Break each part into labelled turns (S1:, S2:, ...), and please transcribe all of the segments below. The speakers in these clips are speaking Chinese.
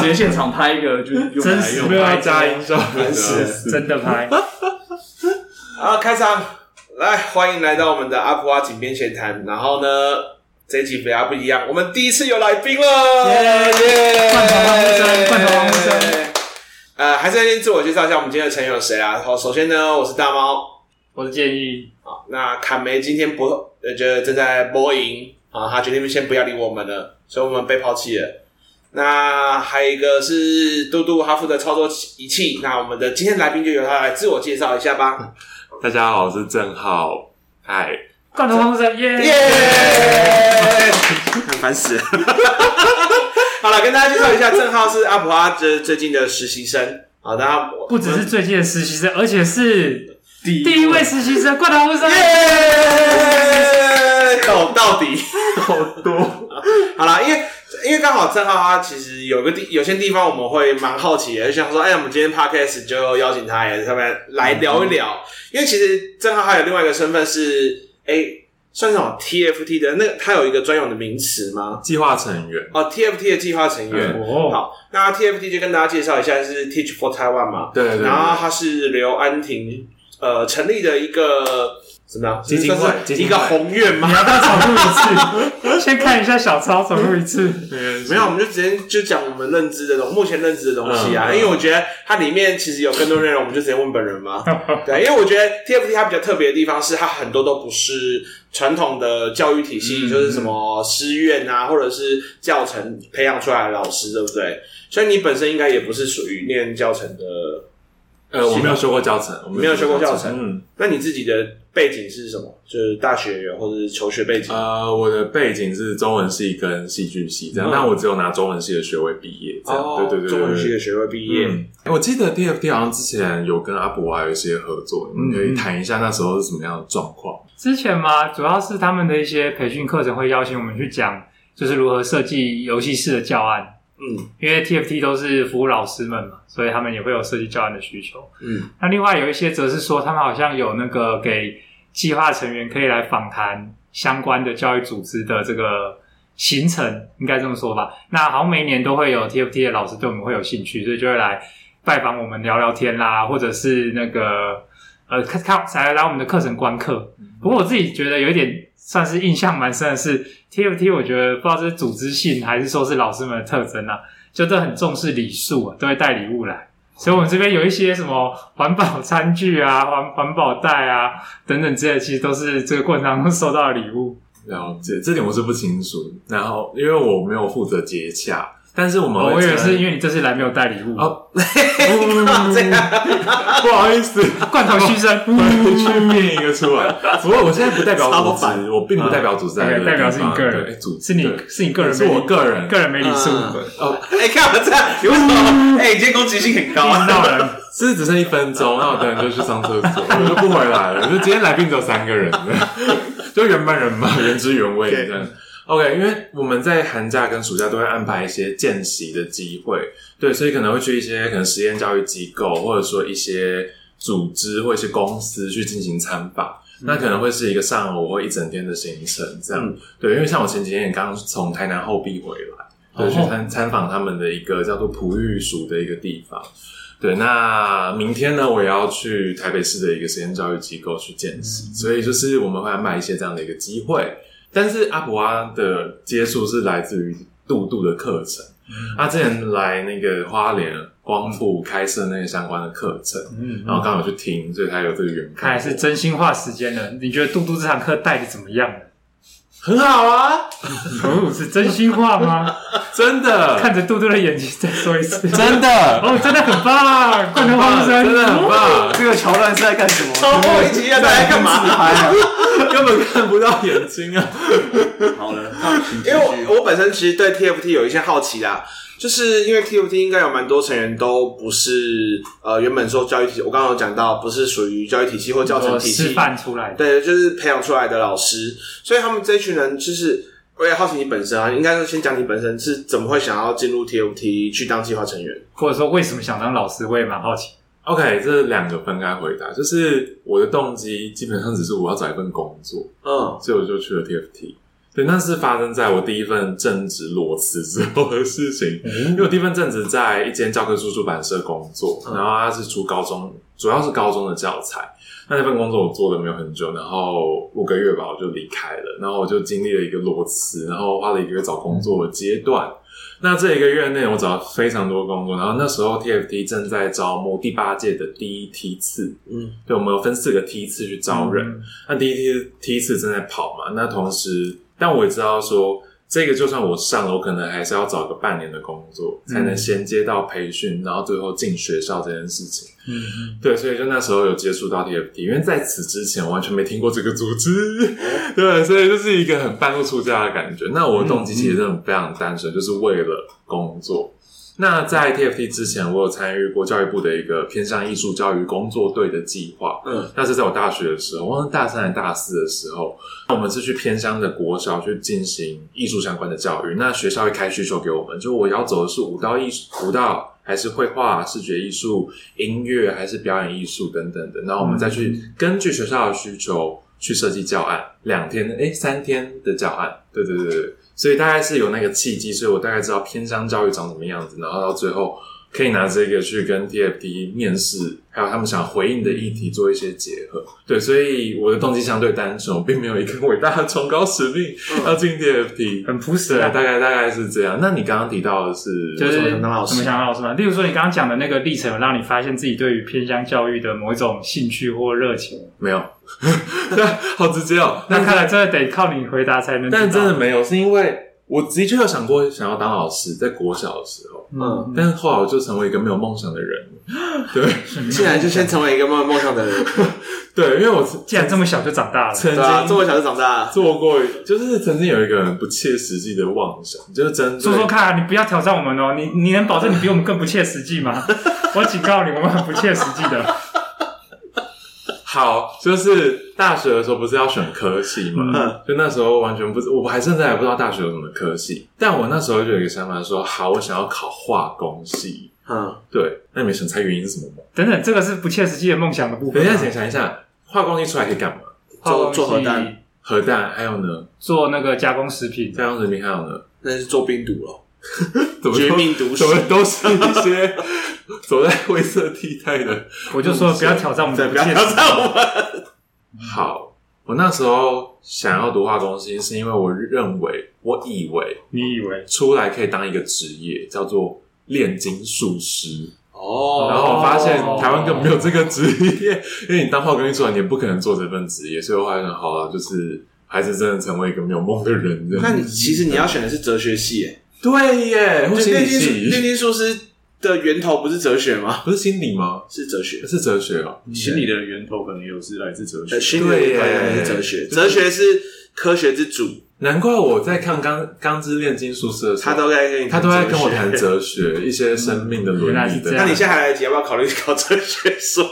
S1: 直接现场拍一个，就是用
S2: 真
S1: 来
S2: 实
S1: 用
S2: 没有
S1: 来
S2: 要
S1: 用
S2: 加音效，
S3: 真是
S2: 真的拍。
S3: 啊，开场，来，欢迎来到我们的阿普阿井边闲谈。然后呢，这一集比较不一样，我们第一次有来宾了，
S2: 耶
S3: 耶
S2: 罐头王医生罐头王医生。
S3: 呃，还是先自我介绍一下我们今天的成员有谁啊？好，首先呢，我是大猫。
S2: 我的建议，
S3: 好，那卡梅今天不，呃，就正在播音啊，他决定先不要理我们了，所以我们被抛弃了。那还有一个是嘟嘟，他负责操作仪器。那我们的今天来宾就由他来自我介绍一下吧。
S4: 大家好，我是郑浩。嗨，
S2: 罐头风筝耶
S3: 耶！很烦死了。 好了，跟大家介绍一下，郑浩是阿普阿这最近的实习生。好，大家我
S2: 不只是最近的实习生，而且是
S1: 第
S2: 第一位实习生罐头风筝。
S3: 耶，搞到底。
S4: 好多，
S3: 好啦，因为因为刚好郑浩他其实有个地有些地方我们会蛮好奇的，就想说，哎、我们今天 podcast 就邀请他也他们来聊一
S4: 嗯
S3: 聊，因为其实郑浩还有另外一个身份是，哎、算是什么 TFT 的那个，他有一个专有的名词吗？
S4: 计划成员嗯
S3: 哦，TFT 的计划成员，
S2: 哦，
S3: 好，那 TFT 就跟大家介绍一下是 Teach for Taiwan 嘛，
S4: 对对对
S3: 然后它是刘安婷呃成立的一个怎么样？
S4: 基金会
S3: 算是
S4: 基
S3: 一
S4: 金会
S3: 个宏愿
S2: 你
S3: 吗？
S2: 要不要重录 一次？先看一下小抄，重录一次。
S3: 没有，我们就直接就讲我们认知的东，目前认知的东西啊，
S4: 嗯嗯
S3: 因为我觉得它里面其实有更多内容，我们就直接问本人嘛。
S4: 嗯
S3: 对，因为我觉得 TFT 它比较特别的地方是，它很多都不是传统的教育体系，
S4: 嗯
S3: 就是什么师院啊，或者是教程培养出来的老师，对不对？所以你本身应该也不是属于念教程的
S4: 呃，我没有修过教程，我
S3: 没有修过教程
S4: 嗯，
S3: 那你自己的背景是什么？就是大学或者是求学背景？
S4: 呃，我的背景是中文系跟戏剧系这
S3: 嗯
S4: 样，
S3: 哦
S4: 但我只有拿中文系的学位毕业，这样，对对对
S3: 中文
S4: 对
S3: 系
S4: 对。
S3: 的学位毕业。
S4: 哦 嗯，我记得 TFT 好像之前有跟阿博娃有一些合作，你们
S3: 嗯
S4: 可以谈一下那时候是什么样的状况。
S2: 之前嘛，主要是他们的一些培训课程会邀请我们去讲，就是如何设计游戏式的教案。
S3: 嗯
S2: 因为 TFT 都是服务老师们嘛，所以他们也会有设计教案的需求。
S3: 嗯
S2: 那另外有一些则是说，他们好像有那个给计划成员可以来访谈相关的教育组织的这个行程，应该这么说吧。那好像每年都会有 TFT 的老师对我们会有兴趣，所以就会来拜访我们聊聊天啦，或者是那个呃看看来来我们的课程观课。不过我自己觉得有一点算是印象蛮深的是 TFT，我觉得不知道这是组织性还是说是老师们的特征啊，就都很重视礼数啊，都会带礼物来。所以我们这边有一些什么环保餐具啊、 环环保袋啊等等之类的，其实都是这个过程当中收到的礼物。
S4: 了解，这点我是不清楚。然后，因为我没有负责接洽，但是我们
S2: 哦
S4: 会
S2: 我以为
S4: 成
S2: 是因为你这次来没有带礼物，
S4: 哦， 啊不好意思，
S3: 啊
S2: 罐头牺牲，
S4: 哦去念一个出来。不过我现在不代表组织，我并不代表组织在
S2: 对
S4: 这个
S2: 啊代
S4: 地方，
S2: 表是你个
S4: 对
S2: 人，
S4: 组织
S2: 是你
S4: 对
S2: 是你个人，
S4: 是我个人
S2: 个人没礼数，
S3: 嗯
S4: 哦，
S3: 哎、看我这样，你为什么？哎、你今天攻击性很高
S2: 不知
S3: 啊！
S2: 道人。
S4: 是只剩一分 钟，那我等人就去上厕所，我就不回来了。就今天来宾只有三个人， 就原班人马，原汁原味
S3: OK
S4: 这样。OK，因为我们在寒假跟暑假都会安排一些见习的机会，对，所以可能会去一些可能实验教育机构，或者说一些组织或一些公司去进行参访。那可能会是一个上午或一整天的行程，这样、
S3: 嗯
S4: 对，因为像我前几天也刚从台南后壁回来，对，
S2: 哦
S4: 去参参访他们的一个叫做璞玉署的一个地方。对，那明天呢，我也要去台北市的一个实验教育机构去见习，所以就是我们会安排一些这样的一个机会。但是阿普阿的接触是来自于杜杜的课程，他之前来那个花莲光复开设那个相关的课程，
S2: 嗯，
S4: 然后刚好去听，所以他有这个缘分。
S2: 看来是真心话时间了。你觉得嘟嘟这堂课带的怎么 样？
S4: 很好啊，
S2: 哦，是真心话吗？
S4: 真的，
S2: 看着嘟嘟的眼睛再说一次。
S4: 真的，
S2: 哦，真的很棒，罐头花生
S4: 真的 很。棒，
S1: 这个桥段是在干 什么？
S3: 超过一集要大家干嘛？
S1: 拍啊！
S4: 根本看不到眼睛啊！
S1: 好了，
S3: 因为我我本身其实对 TFT 有一些好奇啦，就是因为 TFT 应该有蛮多成员都不是呃原本说教育体系，我刚刚有讲到不是属于教育体系或教程
S2: 我
S3: 体
S2: 示
S3: 系，
S2: 哦范出来的，
S3: 对，就是培养出来的老师，所以他们这一群人就是。我也好奇你本身啊，应该是先讲你本身是怎么会想要进入 TFT 去当计划成员？
S2: 或者说为什么想当老师，我也蛮好奇。
S4: OK，这两个分开回答，就是我的动机基本上只是我要找一份工作，
S3: 嗯，
S4: 所以我就去了 TFT。对，那是发生在我第一份正职裸辞之后的事情。因为我第一份正职在一间教科书出版社工作，
S3: 嗯
S4: 然后它是出高中，主要是高中的教材。那那份工作我做了没有很久，然后五个月吧我就离开了，然后我就经历了一个裸辞，然后花了一个月找工作的阶段。那这一个月内，我找了非常多工作，然后那时候 TFT 正在招募第八届的第一梯次，
S3: 嗯，
S4: 对，我们有分四个梯次去招人，
S2: 嗯
S4: 那第一梯第一次正在跑嘛，那同时，但我也知道说，这个就算我上了，我可能还是要找个半年的工作，才
S2: 嗯
S4: 能衔接到培训，然后最后进学校这件事情。
S2: 嗯，
S4: 对，所以就那时候有接触到 TFT，因为在此之前我完全没听过这个组织，
S2: 哦
S4: 对，所以就是一个很半路出家的感觉。那我的动机其实真的非常单纯，就是为了工作。那在 TFT 之前，我有参与过教育部的一个偏向艺术教育工作队的计划，
S3: 嗯，
S4: 那是在我大学的时候，我忘了大三还是大四的时候，我们是去偏乡的国小去进行艺术相关的教育。那学校会开需求给我们，就我要走的是舞蹈艺术、舞蹈还是绘画、视觉艺术、音乐还是表演艺术等等的。然后我们再去根据学校的需求去设计教案，两天诶三天的教案，对对对对。所以大概是有那个契机，所以我大概知道偏乡教育长什么样子，然后到最后可以拿这个去跟 TFT 面试，还有他们想回应的议题做一些结合。对，所以我的动机相对单纯，我并没有一个伟大的崇高使命
S3: 嗯
S4: 要进 TFT。
S2: 很朴实
S4: 对，
S2: 啊
S4: 大。概大概是这样。那你刚刚提到的是，
S2: 就是
S3: 为什么想当老师
S2: 怎么想当老师嘛？例如说，你刚刚讲的那个历程，有让你发现自己对于偏乡教育的某一种兴趣或热情。
S4: 没有， 好直接哦。
S2: 那看来真的得靠你回答才能知道。
S4: 但真的没有，是因为我的确有想过想要当老师，在国小的时候，
S2: 嗯，
S4: 但是后来我就成为一个没有梦想的人。对
S3: 进来就先成为一个梦梦想的 人，
S4: 对，因为我曾
S2: 既然这么小就长大了，
S4: 曾
S3: 对啊，这
S4: 经
S3: 么小就长大了，
S4: 做过，就是曾经有一个很不切实际的妄想，就是针对
S2: 说说看、啊，你不要挑战我们哦。你你能保证你比我们更不切实际吗？我警告你，我们很不切实际的。
S4: 好，就是大学的时候不是要选科系嘛？
S3: 嗯
S4: 就那时候完全不知，我还甚至还不知道大学有什么科系。但我那时候就有一个想法说，好，我想要考化工系。
S3: 嗯，
S4: 对，那你们想猜原因是什么吗？
S2: 等等，这个是不切实际的梦想的部
S4: 等
S2: 分
S4: 一
S2: 啊、
S4: 下，想想一下，化工系出来可以干嘛？
S3: 做
S2: 泡
S3: 做核
S2: 西
S3: 弹，
S4: 核弹，还有呢，
S2: 做那个加工食品，
S4: 太阳人民，还有呢，
S3: 那是做冰毒了，
S4: 怎么
S3: 绝
S4: 都
S3: 命毒师
S4: 怎，么都是一些走在灰色地带的
S2: 我就说不要挑战我们
S3: 对，
S2: 的
S3: 不
S2: 不
S3: 要
S2: 切
S3: 挑
S2: 实际。
S3: 战我 们，
S4: 好，我那时候想要读化工系，是因为我认为，我以为
S2: 你以为？
S4: 出来可以当一个职业，叫做炼金术师。
S3: 哦
S4: 然后我发现台湾根本没有这个职业，因为你当化工系出来，你也不可能做这份职业。所以我后来想，好啊，就是还是真的成为一个没有梦的人。这样
S3: 那你其实你要选的是哲学系，哎
S4: 对耶，或
S3: 就炼
S4: 哎心理
S3: 金术炼
S4: 系
S3: 金术师的源头不是哲学吗？
S4: 不是心理吗？
S3: 是哲学，
S4: 是哲学哦。
S1: 心理的源头可能有是来自哲学
S3: 嗯呃，，心理
S4: 对耶
S3: 是哲学，哲学是科学之主，
S4: 难怪我在看《钢钢之炼金术师》的时候，
S3: 他都在跟你
S4: 他
S3: 谈
S4: 都在跟我
S3: 哲学
S4: 谈哲学，一些生命的
S2: 原
S4: 伦
S2: 来
S4: 理
S2: 是
S4: 的
S2: 这。样
S3: 那你现在还来得及，要不要考虑考哲学所？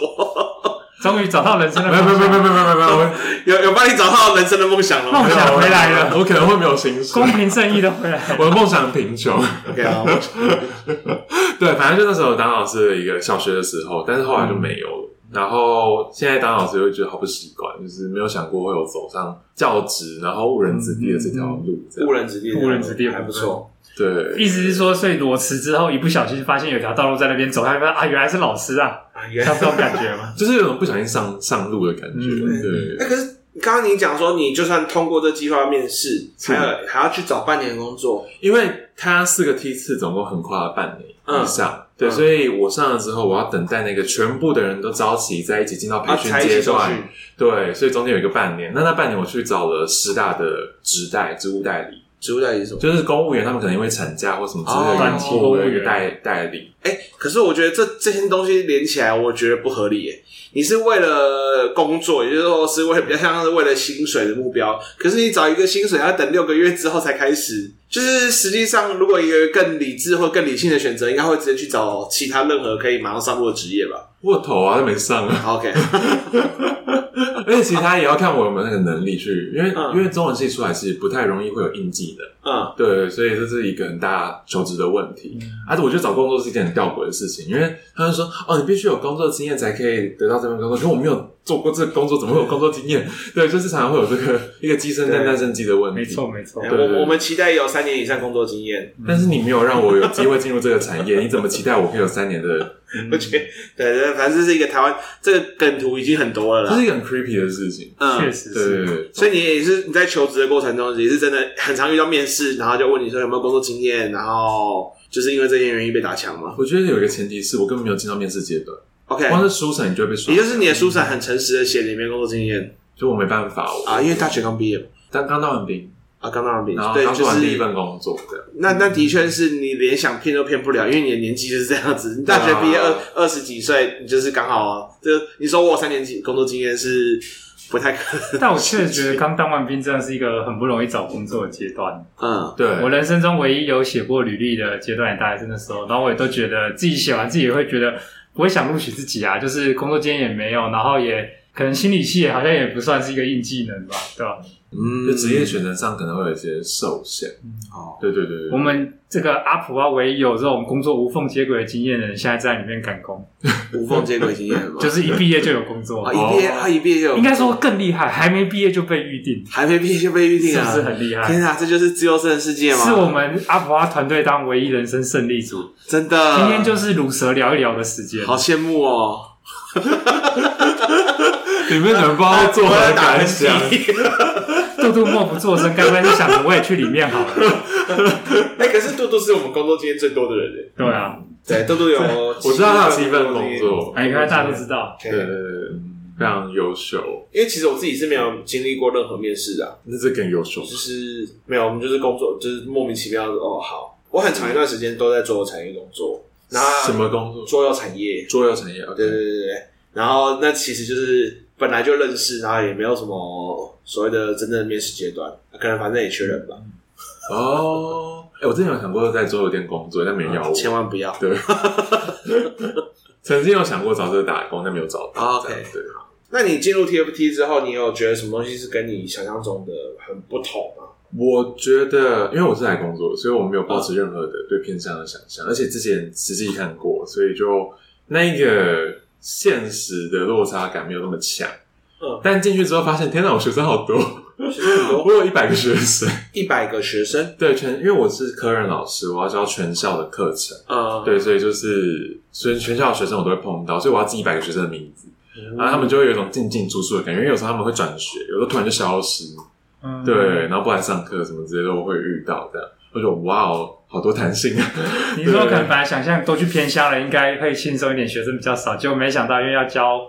S2: 终于找到人生的
S4: 没有没有没有没
S2: 有
S4: 有没有没有没有，我
S3: 有有帮你找到人生的梦想了
S2: 梦
S3: 吗
S2: 想回来了，
S4: 我可能会没有薪水
S2: 公。平正义的回来。
S4: 我的梦想贫穷，
S3: ？OK 啊，我
S4: 对，反正就那时候当老师的一个小学的时候，但是后来就没有了。
S3: 嗯
S4: 然后现在当老师又觉得好不习惯，就是没有想过会有走上教职，然后误人子弟的这条路。这样
S3: 误人子弟，
S2: 误人子弟
S3: 还不错。嗯
S4: 对，
S2: 意思是说，所以裸辞之后，一不小心发现有条道路在那边走，他就发现啊，原来是老师啊，
S3: 啊，原
S2: 像
S3: 来
S2: 这种感觉 吗？
S4: 就是有种不小心上上路的感觉。
S2: 嗯
S4: 对，
S3: 哎那可是刚刚你讲说，你就算通过这计划面试，还有还要去找半年的工作，
S4: 因为他四个梯次总共横跨了半年
S3: 嗯
S4: 以上，对，
S3: 嗯
S4: 所以我上了之后，我要等待那个全部的人都召集在一起进到培
S3: 啊，
S4: 训
S3: 才一
S4: 阶
S3: 起受
S4: 段，
S3: 训。
S4: 对，所以中间有一个半年。那那半年我去找了师大的职代、职务代理，
S3: 职务代理是什么？
S4: 就是公务员，他们可能因为产假或什么之类
S3: 哦
S4: 的
S3: 短期
S2: 公务员
S4: 员代代理。
S3: 哎、可是我觉得这这些东西连起来，我觉得不合理耶。你是为了工作，也就是说是为了比较像是为了薪水的目标，可是你找一个薪水要等六个月之后才开始，就是实际上如果一个更理智或更理性的选择，应该会直接去找其他任何可以马上上路的职业吧。
S4: 我头啊，都没上 啊，
S3: OK，
S4: 而且其实他也要看我有没有那个能力去，因为、
S3: 嗯
S4: 因为中文系出来其实不太容易会有硬技能，
S3: 嗯，
S4: 对，所以这是一个很大求职的问题。而且我觉得找工作是一件很吊诡的事情，因为他们说哦，你必须有工作经验才可以得到这份工作，可是我没有做过这个工作，怎么会有工作经验？ 对，就是常常会有这个一个鸡生蛋，
S3: 对
S4: 蛋生鸡的问题。
S2: 没错，没错
S3: 哎。
S4: 对
S3: 我我们期待有三年以上工作经验，
S4: 但是你没有让我有机会进入这个产业，你怎么期待我可以有 三年
S3: 啊
S4: 的？
S2: 嗯
S3: 我觉得对对，反正这是一个台湾这个梗图已经很多了
S4: 这
S3: 啦。
S4: 是一个很 creepy 的事情。
S2: 确
S3: 嗯，
S2: 实
S4: 对对
S2: 是，
S4: 对，
S3: 所以你也是你在求职的过程中也是真的很常遇到面试，然后就问你说有没有工作经验，然后就是因为这些原因被打枪吗
S4: 我觉得有一个前提是我根本没有进到面试阶段，
S3: ？OK，
S4: 光是初审你就会被刷
S3: 也，就是你的书上很诚实的写里面工作经验
S4: 就我没办法，我
S3: 啊，因为大学刚毕业嘛
S4: 刚刚当完兵，
S3: 啊，刚当完兵
S4: 然，后
S3: 对，
S4: 刚
S3: 就
S4: 做完第一
S3: 是
S4: 份工作这样。
S3: 那那的确是你连想骗都骗不了，因为你的年纪就是这样子。你大学毕业二
S4: 对啊
S3: 二十几岁，你就是刚好这你说我有三年级工作经验是不太可能。
S2: 但我确实觉得刚当完兵真的是一个很不容易找工作的阶段。
S3: 嗯，
S4: 对，
S2: 我人生中唯一有写过履历的阶段，也大概是那时候。然后我也都觉得自己写完，自己也会觉得不会想录取自己啊，就是工作经验也没有，然后也可能心理系也好像也不算是一个硬技能吧，对吧？
S3: 嗯
S4: 就职业选择上可能会有一些受限。
S3: 哦，
S4: 对对对对，
S2: 我们这个阿普啊，唯一有这种工作无缝接轨的经验的人，现在在里面赶工，
S3: 无缝接轨经验嘛，
S2: 就是一毕业就有工作
S3: 啊，，一毕业
S4: 哦
S3: 啊，一毕业就有
S2: 应该说更厉害，还没毕业就被预定，
S3: 还没毕业就被预定
S2: 是
S3: 啊，
S2: 不是很厉害？
S3: 天啊，这就是自由生的世界吗？
S2: 是我们阿普啊团队当唯一人生胜利组，
S3: 真的，
S2: 今天就是乳蛇聊一聊的时间。
S3: 嗯好羡慕哦，
S4: 你们能帮我做
S3: 我
S4: 何
S3: 要打
S4: 感
S3: 喷
S4: 想？
S3: 嚏。
S2: 杜杜默不作声，该不会是想着我也去里面好了？
S3: 哎，可是杜杜是我们工作经验最多的人耶，
S2: 对啊，
S3: 对，杜杜有，
S4: 我
S3: 我
S4: 知道他有七份工，作，
S2: 哎，原来大家都知道，
S4: 对对对，对嗯非常优秀，
S3: 因为其实我自己是没有经历过任何面试的啊、
S4: 那这更优秀。
S3: 就是没有，我们就是工作，就是莫名其妙的哦。好，我很长一段时间都在桌游产业工作，然后
S4: 什么工作？
S3: 桌游产业，
S4: 桌游产业。
S3: 对
S4: OK，
S3: 对对对。然后那其实就是本来就认识，然后也没有什么所谓的真正的面试阶段，可能反正也缺人吧，
S4: 哦，哎，我之前有想过在桌游店工作，但没人要我。
S3: 千万不要。
S4: 对，曾经有想过找这个打工，但没有
S3: 啊
S4: 找到。
S3: ，OK
S4: 这样对，
S3: 那你进入 TFT 之后，你有觉得什么东西是跟你想象中的很不同吗？
S4: 我觉得，因为我是来工作，所以我没有抱持任何的对偏向的想
S3: 嗯
S4: 象，而且之前实际看过，所以就那一个现实的落差感没有那么强。
S3: 嗯
S4: 但进去之后发现，天哪，我学生好多， 我有一百个学 生。
S3: 一百个学生，
S4: 对，全因为我是科任老师，我要教全校的课程，
S3: 呃，
S4: 对，所以就是所以全校的学生我都会碰到，所以我要记一百个学生的名字，
S3: 嗯，
S4: 然后他们就会有一种进进出出的感觉，因为有时候他们会转学，有时候突然就消失，
S2: 嗯，
S4: 对，然后不来上课什么之类的，我会遇到这样。我就哇哦，好多弹性啊！
S2: 你说可能本来想象都去偏乡了，应该会轻松一点，学生比较少，结果没想到因为要教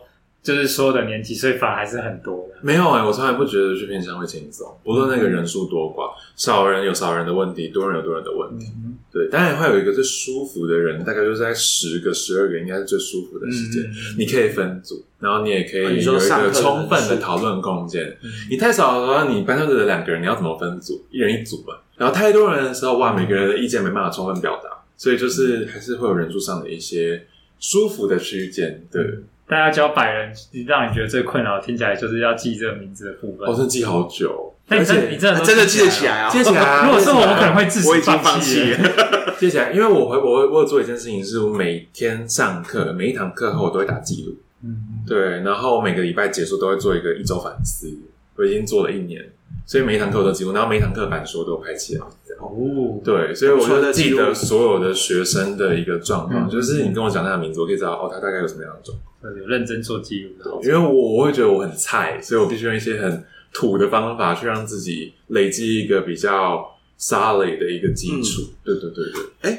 S2: 就是所有的年级，所以反而还是很多的。
S4: 没有哎、我从来不觉得去偏向会轻松，不论那个人数多寡，少人有少人的问题，多人有多人的问题。
S2: 嗯
S4: 对，当然会有一个最舒服的人，大概就是在十个、十二个，应该是最舒服
S2: 嗯
S4: 的时间。你可以分组，然后你也可
S3: 啊
S4: 以
S3: 你
S4: 有
S3: 说
S4: 一
S3: 上课
S4: 个
S3: 的人
S4: 充分的
S3: 数
S4: 讨论空间。
S2: 嗯
S4: 你太少的话，你班上只有两个人，你要怎么分组？一人一组嘛。然后太多人的时候，哇，每个人的意见没办法充分表
S3: 嗯
S4: 达，所以就是还是会有人数上的一些舒服的区间。对，
S3: 嗯
S2: 大家教百人，让你觉得最困扰，听起来就是要记这个名字的部
S4: 我
S2: 分。
S4: 哦真的记好久，
S2: 但
S4: 而
S2: 你真的你哦真的
S3: 啊
S4: 且
S2: 都
S3: 真的记得起
S2: 了
S3: 来啊！
S4: 接起来 啊，
S2: 如果是我，我可能
S4: 会
S2: 会自
S3: 我已
S2: 己
S3: 经放弃
S2: 弃了。
S3: 了，
S4: 接起来，因为我会我会我有做一件事情，是我每天上课每一堂课后我都会打记录，
S2: 嗯，
S4: 对，然后每个礼拜结束都会做一个一周反思，我已经做了一年，所以每一堂课我都记录，然后每一堂课的板书我都有拍起来，这样
S2: 哦，
S4: 对，所以我
S3: 不错
S4: 就
S3: 的记
S4: 记
S3: 录
S4: 得所有的学生的一个状
S2: 嗯
S4: 况，就是你跟我讲他的名字，我可以知道哦，他大概有什么样的状况。
S2: 有认真做记录的，
S4: 因为我我会觉得我很菜，所以我必须用一些很土的方法去让自己累积一个比较 solid 的一个基础。
S2: 嗯
S4: 对对对对，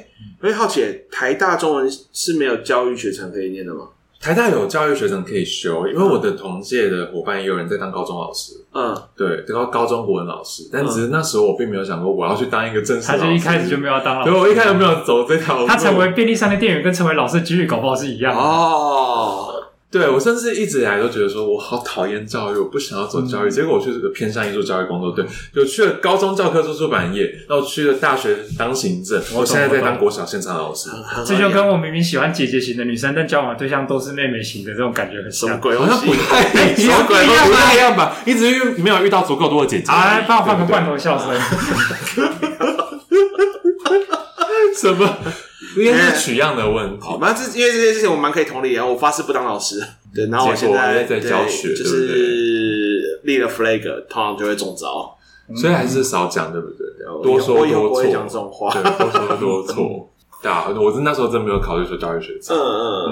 S3: 因为好奇，台大中文是没有教育学程可以念的吗？
S4: 台大有教育学程可以修，因为我的同届的伙伴也有人在当高中老师，
S3: 嗯，
S4: 对，高高中国文老师，但只是那时候我并没有想过我要去当一个正式
S2: 他
S4: 老师，
S2: 就一开始就没有要当老
S4: 对，
S2: 师，
S4: 我一开始没有走这条
S2: 哦
S4: 路，嗯
S2: 他成为便利商店店员跟成为老师的几率搞不好是一样的。
S3: 哦，
S4: 对我甚至一直以来都觉得说，我好讨厌教育，我不想要走教育。结果我去这个偏向艺术教育工作队，有去了高中教科书出版业，然后去了大学当行政，我现在在当国小现场老师，
S2: 这就跟我明明喜欢姐姐型的女生，但交往的对象都是妹妹型的这种感觉很
S3: 什么
S2: 像。
S3: 鬼
S4: 好
S3: 东
S4: 像
S3: 西
S4: 不？ 太
S2: 一
S4: 什
S2: 样
S4: 么鬼
S2: 不一样
S4: 都不
S2: 吧
S4: 太一样吧？ 一直遇没有遇到足够多的姐姐
S2: 好，来帮我放个
S4: 对不对
S2: 罐头笑声。
S4: 什么？应该是取样的问题。
S3: 哎好，那这因为这件事情我蛮可以同理的，啊我发誓不当老师。 对，然后我
S4: 结
S3: 现
S4: 果
S3: 在
S4: 我在
S3: 对
S4: 教学
S3: 就
S4: 对不对
S3: 是立了 flag，通常就会中招。
S4: 所以还是少讲，对不对？
S3: 有
S4: 多说
S3: 嗯我以后
S4: 多
S3: 不会讲这
S4: 错，
S3: 种话。
S4: 对，多说 多错。对啊，我是那时候真没有考虑说教育学
S3: 嗯
S4: 长。
S3: 嗯嗯。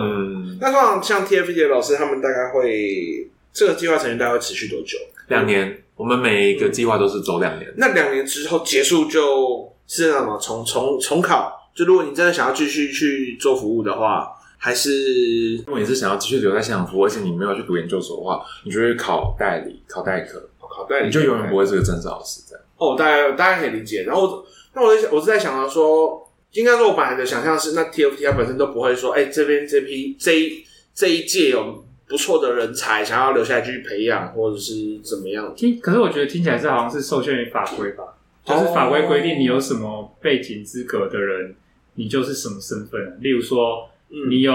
S4: 嗯，
S3: 那通常像 TFT 的老师，他们大概会这个计划成员大概会持续多久？
S4: 两年，我们每一个计划都是走两年。
S3: 那两年之后结束就是那什么重重重考？就如果你真的想要继续去做服务的话，还是
S4: 如果你是想要继续留在现场服务，而且你没有去读研究所的话，你就去考代理、考代课，
S3: 考代理
S4: 你就永远不会是个正式老师这样。
S3: 哦，大概大概可以理解。然后我那我在想，我是在想到说，应该说我本来的想象是，那 TFT 它本身都不会说，哎、这边这批这一这一届有不错的人才，想要留下来继续培养，或者是怎么样？
S2: 听，可是我觉得听起来是好像是受限于法规吧，就是法规规
S4: 哦
S2: 定你有什么背景资格的人，你就是什么身份。啊例如说，
S3: 嗯
S2: 你有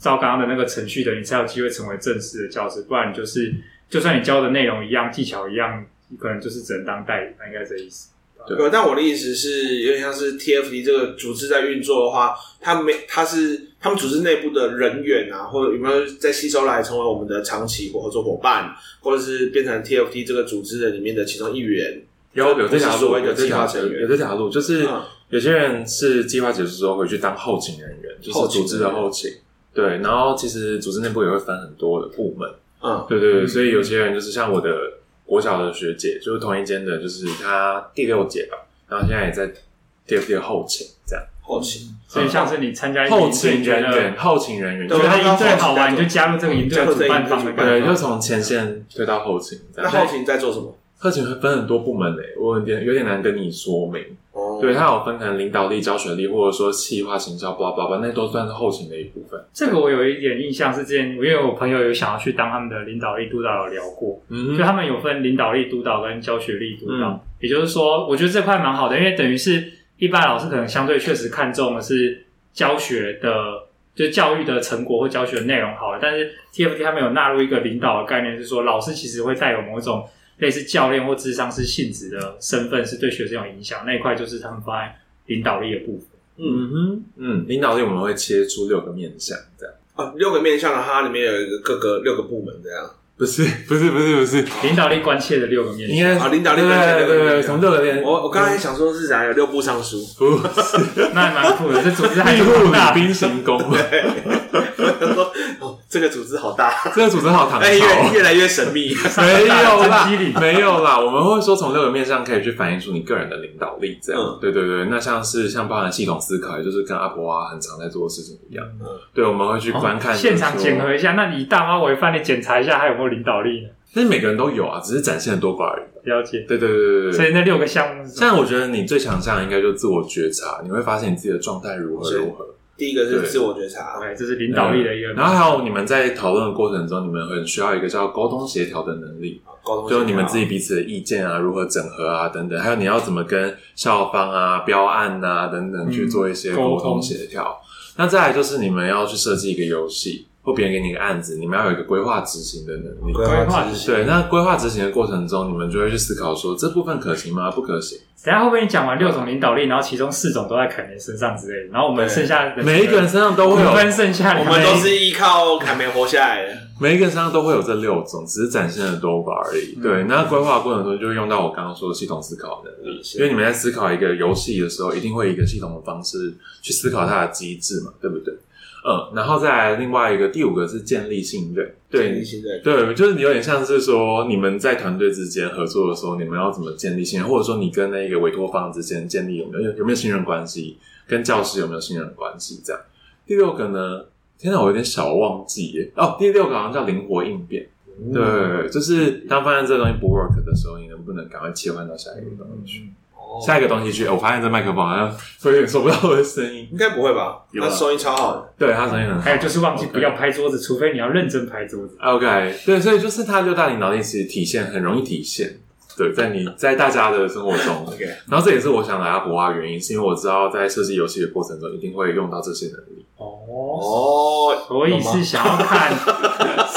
S2: 照刚刚的那个程序的，你才有机会成为正式的教师，不然你就是就算你教的内容一样，技巧一样，你可能就是只能当代理，那应该这意思。
S4: 对
S3: 对，但我的意思是，有点像是 TFT 这个组织在运作的话，它没，它是他们组织内部的人员啊，或者有没有在吸收来成为我们的长期合作伙伴，或者是变成 TFT 这个组织的里面的其中一员？
S4: 有有这
S3: 不
S4: 条
S3: 是所
S4: 路，
S3: 谓的
S4: 有这
S3: 计划
S4: 条
S3: 成员
S4: 有这条路，就是
S3: 嗯
S4: 有些人是计划结束之后回去当后勤人员，就
S3: 后
S4: 是
S3: 勤
S4: 组织的
S3: 人员
S4: 后勤。对，然后其实组织内部也会分很多的部门，
S3: 嗯
S4: 对对对，所以有些人就是像我的国小的学姐，就是同一间的，就是她第六届吧，然后现在也在 TFT 的后勤这样，
S3: 后勤，
S4: 嗯
S2: 所以像是你参
S3: 哎
S2: 加一个
S4: 后
S2: 营队，
S4: 勤
S2: 你觉
S4: 人
S2: 得
S4: 员，后勤人员，
S3: 对
S2: 觉
S4: 就是
S2: 得营队好玩，你就加入这个营队的主办方的感
S4: 对，
S2: 觉。
S4: 就从前线推到后勤这
S3: 那
S4: 样。
S3: 后勤在做什么？
S4: 后勤会分很多部门嘞，我有点有点难跟你说明。
S3: 哦
S4: 对，它有分可能领导力、教学力，或者说企划、行销、blah blah blah，那都算是后勤的一部分。
S2: 这个我有一点印象是之前，因为我朋友有想要去当他们的领导力督导有聊过，
S4: 嗯
S2: 就
S4: 哼，
S2: 他们有分领导力督导跟教学力督导，
S4: 嗯
S2: 也就是说，我觉得这块蛮好的，因为等于是一般老师可能相对确实看重的是教学的，就是教育的成果或教学的内容好了，但是 TFT 他们有纳入一个领导的概念，是说老师其实会带有某种类似教练或智商师性质的身份，是对学生有影响，那一块就是他们放在领导力的部分。
S4: 嗯哼，嗯，领导力我们会切出六个面向，这样。
S3: 啊，六个面向的它里面有一个各个六个部门这样。
S4: 不是，不是，不是，不是，
S2: 领导力关切的六个面
S4: 应
S2: 向，
S4: 该
S3: 啊领导力
S4: 对
S3: 关键
S4: 对对
S3: 六个面
S4: 对，
S3: 向
S4: 从六个面，
S3: 我我刚才想说是啥？有六部尚书，
S4: 不是
S2: 那还蛮酷的，这组织还
S4: 庇
S2: 蛮
S4: 护
S2: 大
S4: 礼。兵行宫，
S3: 说哦，这个组织好大，
S4: 这个组织好唐朝
S3: 哎，越越来越神秘。
S4: 没有啦
S2: 真机灵，
S4: 没有啦。我们会说从六个面上可以去反映出你个人的领导力，这样。
S3: 嗯
S4: 对对对，那像是像包含系统思考，也就是跟阿婆啊很常在做的事情一样。
S3: 嗯
S4: 对，我们会去观看、
S2: 哦现场检核。一下，那你以大妈为范例检查一下还有没有领导力呢？
S4: 但是每个人都有啊，只是展现的多寡而已。
S2: 了解。
S4: 对对对对对
S2: 所
S4: 对。
S2: 以那六个项目是什么
S4: 但我觉得你最强项应该就是自我觉察，你会发现你自己的状态如何
S3: 是
S4: 如何。
S3: 第一个是自我觉察，
S2: ？OK，这是领导力的一个。
S4: 然后还有你们在讨论的过程中，你们很需要一个叫沟通协调的能力。
S3: 沟通协调
S4: 就是你们自己彼此的意见啊，如何整合啊，等等，还有你要怎么跟校方啊、标案啊等等去做一些沟通协调。那再来就是你们要去设计一个游戏，或别人给你一个案子，你们要有一个规划执行的能力。
S2: 规
S3: 规
S2: 划
S3: 划
S2: 执
S3: 执
S2: 行
S3: 行。
S4: 对，那规划执行的过程中，你们就会去思考说这部分可行吗？不可行。
S2: 等一下会不会你讲完六种领导力，然后其中四种都在凯梅身上之类的？然后我们
S3: 对
S2: 剩下的
S4: 每一个人身上都
S2: 五
S4: 会有，
S2: 分剩下两
S3: 我
S2: 个
S3: 们都是依靠凯梅活下来的。
S4: 每一个人身上都会有这六种，只是展现的多寡而已。对，那规划过程中就会用到我刚刚说的系统思考能力，因为你们在思考一个游戏的时候，一定会以一个系统的方式去思考它的机制嘛，对不对？嗯，然后再来另外一个，第五个是建立信任，
S3: 建
S4: 对
S3: 立。信任
S4: 对，就是有点像是说，你们在团队之间合作的时候，你们要怎么建立信任，或者说你跟那个委托方之间建立有没有有没有信任关系，跟教师有没有信任关系这样。第六个呢，天哪，我有点小忘记耶。哦，第六个好像叫灵活应变，对，就是当发现这个东西不 work 的时候，你能不能赶快切换到下一个东西去？
S3: 哦
S4: 下一个东西去，我发现这麦克风好像有点收不到我的声音。
S3: 应该不会吧？
S1: 有
S3: 那
S1: 啊
S3: 收音超好的。
S4: 对，它声音很好。
S2: 还有就是忘记不要拍桌子，除非你要认真拍桌子。
S4: OK，对，所以就是它就大领脑力其实体现很容易体现。对，在你在大家的生活中
S3: OK，
S4: 然后这也是我想来阿博啊原因，是因为我知道在设计游戏的过程中一定会用到这些能力。
S2: 哦，
S3: 哦，
S2: 所以是想要看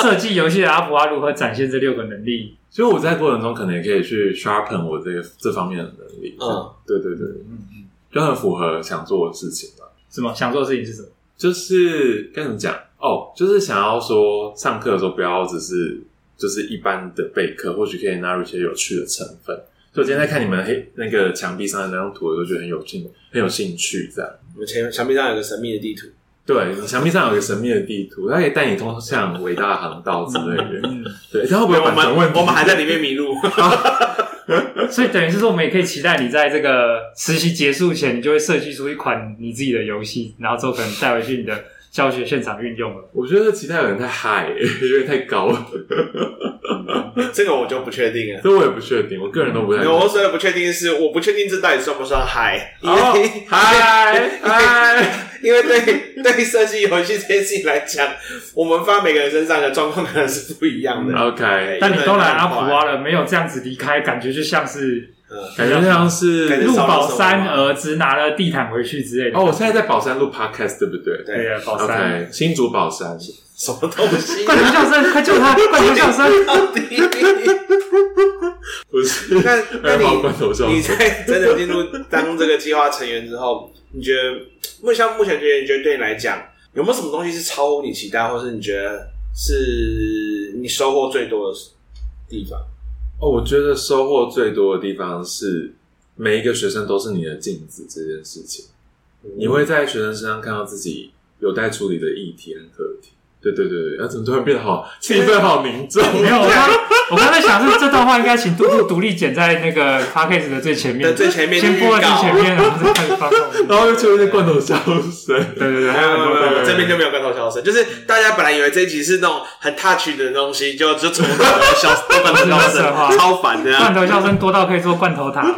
S2: 设计游戏的阿普阿如何展现这六个能力。
S4: 所以我在过程中可能也可以去 sharpen 我这个这方面的能力。
S3: 嗯，
S4: 对对对，
S2: 嗯嗯，
S4: 就很符合想做的事情了。
S2: 什么想做的事情是什么？
S4: 就是该怎么讲哦，就是想要说上课的时候不要只是就是一般的备课，或许可以纳入一些有趣的成分。所以我今天在看你们黑那个墙壁上的那张图的时候，觉得很有兴很有兴趣这样。
S3: 我们前墙壁上有个神秘的地图，
S4: 对，你墙壁上有个神秘的地图，它可以带你通向伟大的航道之类的。
S2: 嗯，
S4: 对，然后不会有
S3: 我
S4: 版权
S3: 们
S4: 问题
S3: 我们还在里面迷 路。
S2: 所以等于是说，我们也可以期待你在这个实习结束前，你就会设计出一款你自己的游戏，然后之后可能带回去你的教学现场运用了。
S4: 我觉得期待有点太嗨、有点太高了，
S3: 这个我就不确定了。
S4: 这我也不确定，我个人都不太。
S3: 没有，我所谓不确定是，我不确定这到底算不算嗨，
S4: 哦
S3: 因 为、
S4: 嗨 嗨，
S3: 因为对对设计游戏这件事情来讲，我们放在每个人身上的状况可能是不一样的。
S4: 嗯 OK，
S2: 但你都来阿普阿了，没有这样子离开，感觉就像是
S3: 嗯，
S4: 感觉像
S3: 感
S4: 是
S3: 觉
S2: 入
S3: 少了
S2: 宝
S3: 什么
S2: 山儿只拿了地毯回去之类的。
S4: 哦，我现在在宝山录 Podcast，对不对
S3: 对
S2: 对啊，宝山。
S4: ？OK，新竹宝山，
S3: 什么东西
S2: 怪？牛叫声，快救他！怪牛叫声，
S3: 到底？
S4: 不 是
S3: 那那
S4: 二号
S3: 你
S4: 罐头笑
S3: 你
S4: 声。
S3: 在真的进入当这个计划成员之后，你觉得目像目前觉得，你觉得对你来讲，有没有什么东西是超乎你期待，或是你觉得是你收获最多的地方？
S4: 哦，我觉得收获最多的地方是每一个学生都是你的镜子这件事情，你会在学生身上看到自己有待处理的议题和课题。对对对对，那、啊、怎么突然变得好气氛好凝重？
S2: 没有，我刚我刚才想是这段话应该请杜杜独立剪在那个 podcast 的最前面，
S3: 在最前面的
S2: 先播了
S3: 预告
S2: 最前面，然后再开始放后 面。
S4: 然后又出现罐头笑声。
S2: 对对对，还
S3: 没
S2: 有
S3: 有
S2: 很
S3: 没
S2: 多
S3: 有没
S2: 对
S3: 有，这边就没有罐头笑声，就是大家本来以为这一集是那种很 touch 的东西，就就从罐头笑都罐头笑声， 超烦的
S2: 罐
S3: 啊。
S2: 头笑声多到可以做罐头塔了。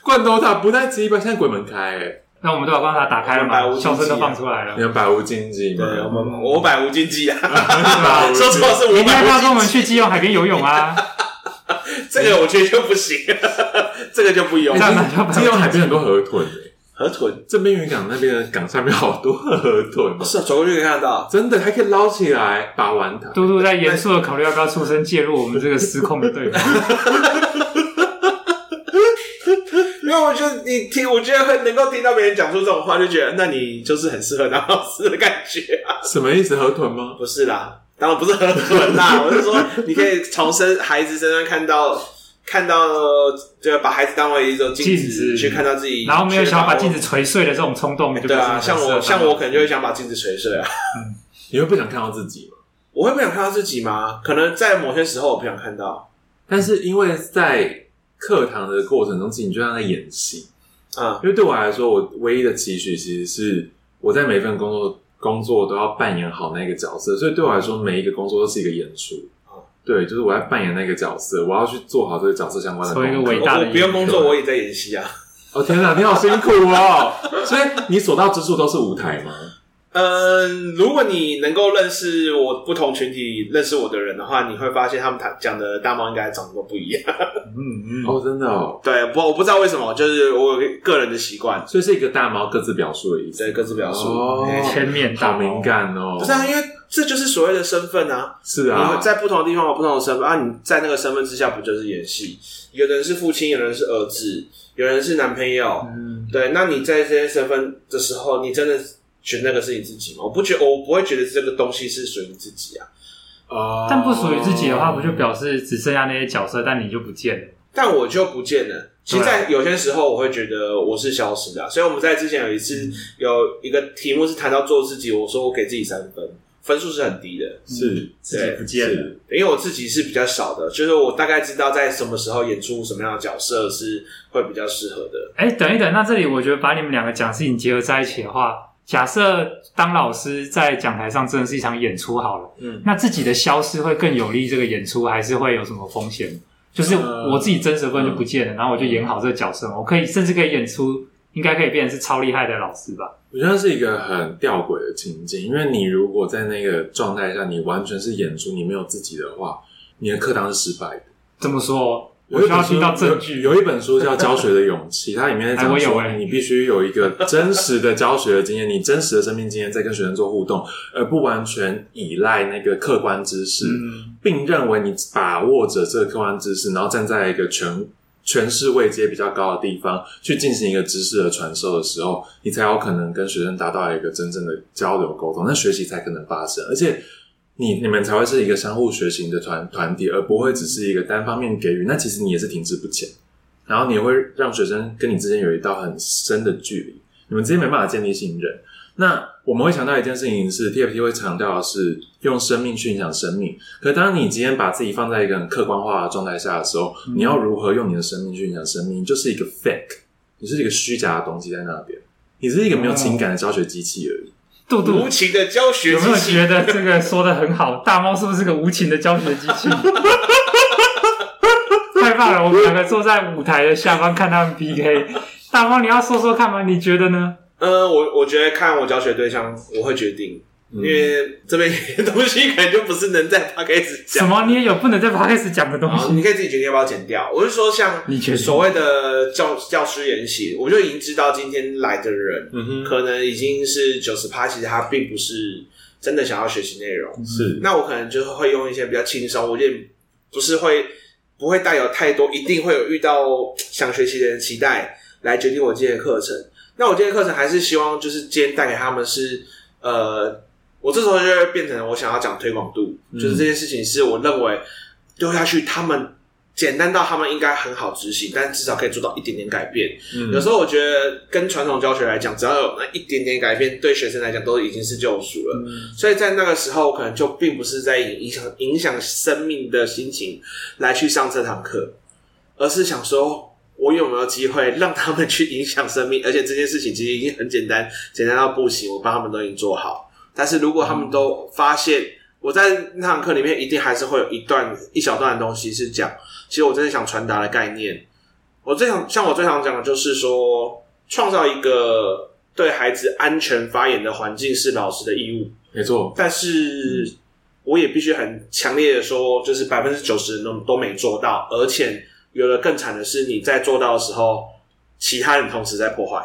S4: 罐头塔不在基本，现在鬼门开、欸，
S2: 那我们都把罐头塔打开了
S3: 百无
S2: 嘛，
S3: 禁忌
S2: 笑
S3: 啊
S2: 声都放出来 了
S4: 你。们百无禁忌
S3: 对，我
S2: 嗯
S4: 吗？
S3: 们五百无禁忌啊，
S4: 百无禁忌
S3: 说错是
S2: 明
S3: 五
S2: 天
S3: 百
S2: 要跟我
S3: 无
S2: 们
S3: 禁忌，
S2: 去基隆海边游泳啊！
S3: 这个我觉得就不 行，这个就不用
S4: 哎
S2: 这。样哪叫百无禁忌
S4: 基隆海边很多河豚、欸，
S3: 河豚
S4: 这边渔港那边的港下面好多河豚、哦，
S3: 是啊走过去可以看得到，
S4: 真的还可以捞起来把玩它。
S2: 嘟嘟在严肃的考虑要不要出声介入我们这个失控的对话。
S3: 因为我觉得你听，我觉得会能够听到别人讲出这种话，就觉得那你就是很适合当老师的感觉啊。
S4: 什么意思？河豚吗？
S3: 不是啦，当然不是河豚 啦，我是说你可以从身孩子身上看到。看到就把孩子当为一种镜
S2: 镜子
S3: 去看到自己，
S2: 然后没有想要把镜子捶碎的这种冲动，就不
S3: 对
S2: 是
S3: 啊，
S2: 很适合
S3: 像我像我可能就会想把镜子捶碎啊。
S4: 你会不想看到自己吗？
S3: 我会不想看到自己吗？可能在某些时候我不想看到。
S4: 但是因为在课堂的过程中，其实你就像在演戏。
S3: 嗯
S4: 因为对我来说，我唯一的期许其实是我在每一份工作工作都要扮演好那个角色，所以对我来说，每一个工作都是一个演出
S3: 嗯。
S4: 对，就是我要扮演那个角色，我要去做好这个角色相关的
S2: 做一个
S4: 功课
S2: 伟
S3: 我
S2: 大的
S3: 我不用工作，
S4: 对
S3: 我也在演戏啊。
S4: 哦天哪，你好辛苦哦！所以你所到之处都是舞台吗？
S3: 嗯，如果你能够认识我不同群体认识我的人的话，你会发现他们谈讲的大猫应该长得都不一样。
S2: 嗯嗯，
S4: 哦，真的哦，
S3: 对，不，我不知道为什么，就是我有个人的习惯，
S4: 所以是一个大猫各自表述的意思
S3: 对。各自表述。
S4: 哦
S3: 哎
S2: 千面大
S4: 好
S2: 猫
S4: 敏，感哦！
S3: 不是啊，因为这就是所谓的身份啊。
S4: 是
S3: 你
S4: 啊
S3: 会，在不同的地方有不同的身份啊，你在那个身份之下不就是演戏？有的人是父亲，有的人是儿子，有人是男朋友，
S2: 嗯，
S3: 对，那你在这些身份的时候，你真的觉得那个是你自己吗？我不觉，我不会觉得这个东西是属于你自己啊。
S4: 哦
S2: 但不属于自己的话，不就表示只剩下那些角色，但你就不见了？
S3: 但我就不见了。其实，
S2: 啊
S3: 在有些时候，我会觉得我是消失的啊、所以我们在之前有一
S2: 嗯
S3: 次有一个题目是谈到做自己，我说我给自己三分，分数是很低的，
S2: 嗯
S4: 是
S2: 自己不见了，
S4: 是
S3: 因为我自己是比较少的，就是我大概知道在什么时候演出什么样的角色是会比较适合的。
S2: 哎，等一等，那这里我觉得把你们两个讲的事情结合在一起的话，假设当老师在讲台上真的是一场演出好了，
S3: 嗯，
S2: 那自己的消失会更有利这个演出，还是会有什么风险？就是
S4: 嗯
S2: 我自己真实的部分就不见了，然后我就演好这个角色嘛，我可以甚至可以演出，应该可以变成是超厉害的老师吧？
S4: 我觉得是一个很吊诡的情境，因为你如果在那个状态下，你完全是演出，你没有自己的话，你的课堂是失败的。
S2: 这么说，我
S4: 有
S2: 需
S4: 一
S2: 要
S4: 本
S2: 听
S4: 书
S2: 到证据。
S4: 有，有一本书叫《教学的勇气》，它里面在
S2: 哎我有
S4: 讲说，
S2: 哎
S4: 你必须有一个真实的教学的经验，你真实的生命经验在跟学生做互动，而不完全依赖那个客观知识，
S2: 嗯
S4: 并认为你把握着这个客观知识，然后站在一个权权势位阶比较高的地方去进行一个知识的传授的时候，你才有可能跟学生达到一个真正的交流沟通，那学习才可能发生，而且。你你们才会是一个相互学习的团团体，而不会只是一个单方面给予。那其实你也是停滞不前，然后你会让学生跟你之间有一道很深的距离，你们之间没办法建立信任。那我们会强调一件事情是，TFT 会强调的是用生命去影响生命。可当你今天把自己放在一个很客观化的状态下的时候，你要如何用你的生命去影响生命，就是一个 fake，你是一个虚假的东西在那边，你是一个没有情感的教学机器而
S3: 哦
S4: 已。
S2: 杜
S3: 无
S2: 杜
S3: 情的教学
S2: 有没有
S3: 机器，
S2: 觉得这个说的很好？ 大猫是不是个无情的教学机器？ 太棒了！我们两个坐在舞台的下方看他们 PK。大猫，你要说说看吗？你觉得呢？
S3: 嗯，我我觉得看我教学对象，我会决定，因
S4: 嗯
S3: 为这边有些东西可能就不是能在 p 开始
S2: 什
S3: 讲。
S2: 么？你也有不能在 podcast 讲的东
S3: 好，
S2: 西？
S3: 你可以自己决定要不要剪掉。我是说，像
S2: 你决定
S3: 所谓的教教师研习，我就已经知道今天来的人，
S4: 嗯哼，
S3: 可能已经是九十趴，其实他并不是真的想要学习内容。
S4: 是
S3: 那我可能就会用一些比较轻松，我也不是会不会带有太多，一定会有遇到想学习的人期待来决定我今天的课程。那我今天的课程还是希望就是今天带给他们是呃，我这时候就会变成我想要讲推广度，就是这件事情是我认为丢下去他们。简单到他们应该很好执行，但至少可以做到一点点改变。
S4: 嗯
S3: 有时候我觉得跟传统教学来讲，只要有那一点点改变，对学生来讲都已经是救赎了。所以在那个时候，可能就并不是在以影响影响生命的心情来去上这堂课，而是想说，我有没有机会让他们去影响生命？而且这件事情其实已经很简单，简单到不行，我帮他们都已经做好。但是如果他们都发现我在那堂课里面，一定还是会有一段一小段的东西是讲，其实我真的想传达的概念。我最想像我最想讲的就是说，创造一个对孩子安全发言的环境是老师的义务。
S4: 没错，
S3: 但是我也必须很强烈的说，就是百分之九十都都没做到，而且有的更惨的是，你在做到的时候，其他人同时在破坏。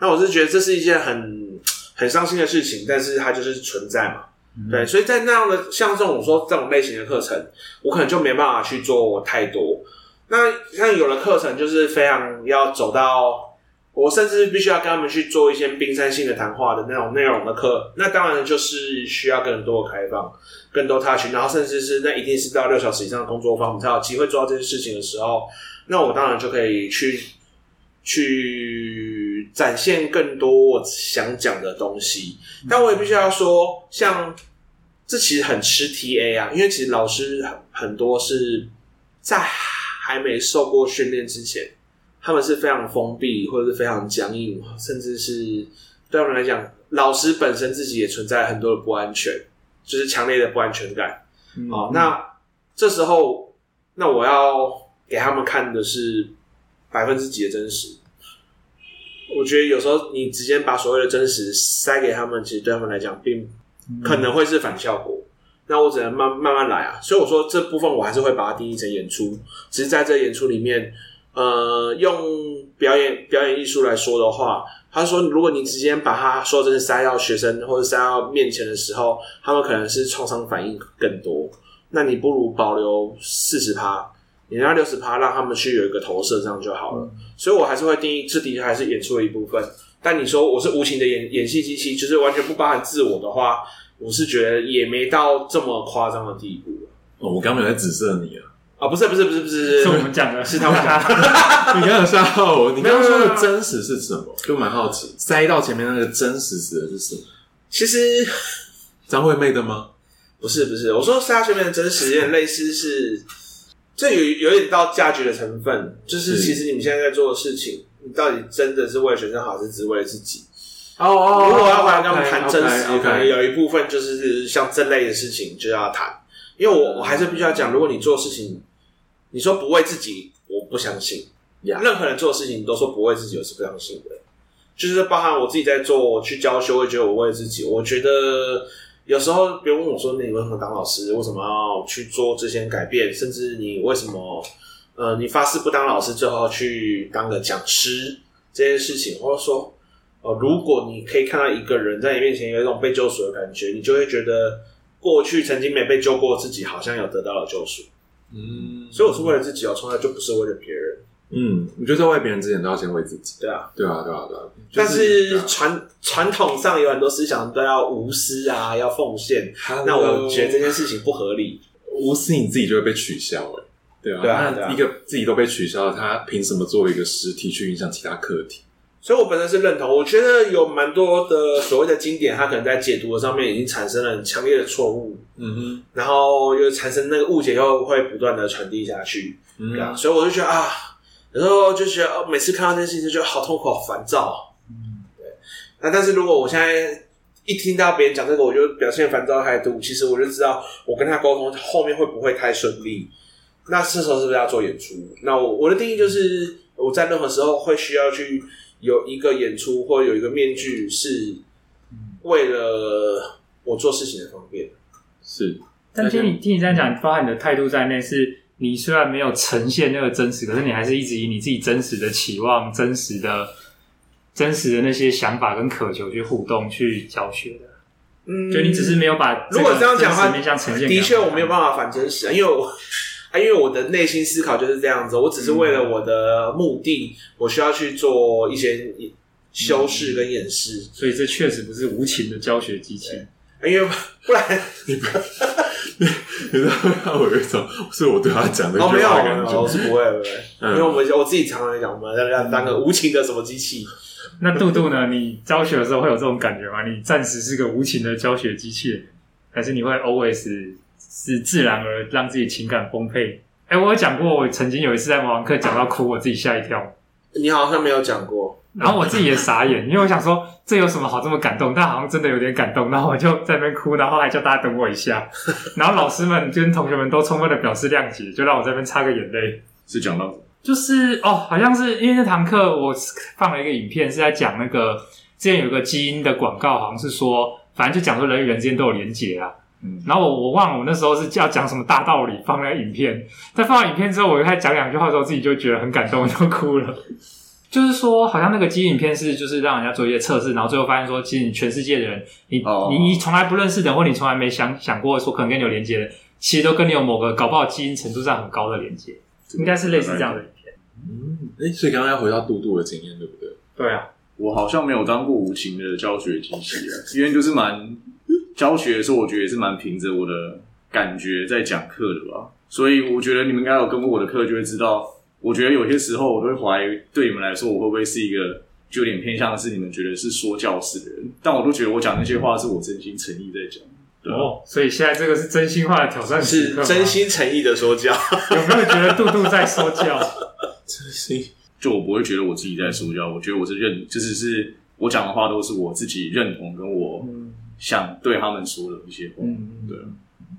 S3: 那我是觉得这是一件很很伤心的事情，但是它就是存在嘛。对，所以在那样的像这种说这种类型的课程，我可能就没办法去做太多。那像有的课程就是非常要走到，我甚至必须要跟他们去做一些冰山性的谈话的那种内容的课，那当然就是需要更多的开放，更多 touch，然后甚至是那一定是到六小时以上的工作坊，我们才有机会做到这件事情的时候，那我当然就可以去去展现更多我想讲的东西。但我也必须要说，像这其实很吃 TA 啊，因为其实老师很很多是在还没受过训练之前，他们是非常封闭或者是非常僵硬，甚至是对他们来讲，老师本身自己也存在很多的不安全，就是强烈的不安全感。
S2: 嗯
S3: 哦，那这时候，那我要给他们看的是百分之几的真实。我觉得有时候你直接把所谓的真实塞给他们，其实对他们来讲，并
S1: 嗯
S3: 可能会是反效果。那我只能慢慢慢来啊。所以我说这部分我还是会把它定义成演出，只是在这演出里面，呃，用表演表演艺术来说的话，他说如果你直接把它说真是塞到学生或者塞到面前的时候，他们可能是创伤反应更多。那你不如保留四十趴，你那六十趴让他们去有一个投射，这样就好了。所以我还是会定义，这的确还是演出的一部分。但你说我是无情的演演戏机器，就是完全不包含自我的话，我是觉得也没到这么夸张的地步
S4: 哦我刚没有在指涉你啊，
S3: 啊！不是不是不是不是，
S2: 是 我们讲的，
S3: 是他们讲
S4: 你刚刚吓到我，你刚刚说
S3: 没有没有没
S4: 的
S3: 有
S4: 真实是什么？就蛮好奇，塞到前面那个真实指的是什么？
S3: 其实
S4: 张惠妹的吗？
S3: 不是不是，我说沙学面的真实有点类似是，这有有点到价值的成分，就是
S4: 是
S3: 其实你们现在在做的事情，你到底真的是为学生好，还是只为了自己？
S4: 哦哦
S3: 如果要回来跟他们谈真实
S4: o
S3: 可能
S4: k
S3: 有一部分嗯就是像这类的事情就要谈，因为我我还是必须要讲，如果你做事情，你说不为自己，我不相信。
S4: 呀
S3: 任何人做的事情，你都说不为自己，我是不相信的。就是包含我自己在做，我去教修，我也觉得我为自己。我觉得有时候别人问我说：“你为什么当老师？为什么要去做这些改变？甚至你为什么呃，你发誓不当老师，最后去当个讲师这件事情？”或者说，呃，如果你可以看到一个人在你面前有一种被救赎的感觉，你就会觉得过去曾经没被救过的自己，好像有得到了救赎。
S4: 嗯
S3: 所以我是为了自己哦，从来就不是为了别人。
S4: 嗯，我觉得在为别人之前都要先为自己。
S3: 对啊，
S4: 对啊，对啊，对啊。
S3: 但
S4: 对
S3: 是
S4: 啊
S3: 传传统上有很多思想都要无私啊，要奉献。
S4: 啊
S3: 那我觉得这件事情不合理。
S4: 无私你自己就会被取消哎、对啊，
S3: 对啊对啊
S4: 那一个自己都被取消了，他凭什么作为一个实体去影响其他课题？
S3: 所以我本身是认同，我觉得有蛮多的所谓的经典，它可能在解读上面已经产生了很强烈的错误，
S4: 嗯
S3: 然后又产生那个误解，又会不断的传递下去。
S4: 哼，嗯
S3: 对啊，所以我就觉得啊，有时候就觉得哦，每次看到这件事情就觉得好痛苦、好烦躁。啊
S2: 嗯
S3: 对，那但是如果我现在一听到别人讲这个，我就表现烦躁的态度，其实我就知道我跟他沟通后面会不会太顺利。那这时候是不是要做演出？那我我的定义就是，我在任何时候会需要去有一个演出或有一个面具，是
S2: 嗯
S3: 为了我做事情的方便。
S4: 是
S2: 但听你听你这样讲，包含你的态度在内，是你虽然没有呈现那个真实，可是你还是一直以你自己真实的期望、真实的、真实的那些想法跟渴求去互动、去教学的。
S3: 嗯
S2: 就你只是没有把
S3: 如果这样讲的话，
S2: 面向呈现给
S3: 的
S2: 他
S3: 确
S2: 看
S3: 我没有办法反真实，啊，因为我啊，因为我的内心思考就是这样子，我只是为
S2: 嗯
S3: 了我的目的，我需要去做一些修
S2: 嗯
S3: 饰跟掩饰，
S2: 所以这确实不是无情的教学机器。
S3: 啊因为不然
S4: 你知道让哦我有一种是我对他讲的一
S3: 哦
S4: 句
S3: 没有，
S4: 话的感
S3: 没有我
S4: 觉。
S3: 是不会，不会，因
S4: 嗯
S3: 为我们我自己常常讲，我们要要当个无情的什么机器，
S2: 那杜杜呢？你教学的时候会有这种感觉吗？你暂时是个无情的教学机器人，还是你会 always 是自然而让自己情感丰沛？哎、我有讲过，我曾经有一次在模仿课讲到哭，我自己吓一跳，
S3: 你好像没有讲过，
S2: 然后我自己也傻眼，因为我想说这有什么好这么感动？但好像真的有点感动，然后我就在那边哭，然后还叫大家等我一下，然后老师们跟同学们都充分的表示谅解，就让我在那边擦个眼泪。
S1: 是讲到什么
S2: 就是哦，好像是因为那堂课我放了一个影片，是在讲那个之前有个基因的广告，好像是说，反正就讲说人与人之间都有连结啊。
S1: 嗯，
S2: 然后我我忘了我那时候是要讲什么大道理，放在影片。但放完影片之后，我又开始讲两句话的时候，自己就觉得很感动，就哭了。就是说，好像那个基因影片是就是让人家做一些测试，然后最后发现说，其实你全世界的人，你、
S1: 哦
S2: 你你从来不认识的人，或你从来没想想过说可能跟你有连接的人，其实都跟你有某个搞不好基因程度上很高的连接，应该是类似这样的。
S4: 嗯，哎、所以刚刚要回到杜杜的经验，对不对？
S2: 对啊，
S1: 我好像没有当过无情的教学机器啊，因为就是蛮教学的时候，我觉得也是蛮凭着我的感觉在讲课的吧。所以我觉得你们应该有跟过我的课，就会知道。我觉得有些时候我都会怀疑，对你们来说，我会不会是一个就有点偏向是你们觉得是说教式的人？但我都觉得我讲那些话是我真心诚意在讲。对啊
S2: 哦，所以现在这个是真心话的挑战时
S3: 是
S2: 刻吗
S3: 真，心诚意的说 教，
S2: 有没有觉得杜杜在说 教？
S4: 真心
S1: 就我不会觉得我自己在说教，我觉得我是认，就是是我讲的话都是我自己认同跟我
S2: 嗯
S1: 想对他们说的一些话。
S2: 嗯，
S1: 对，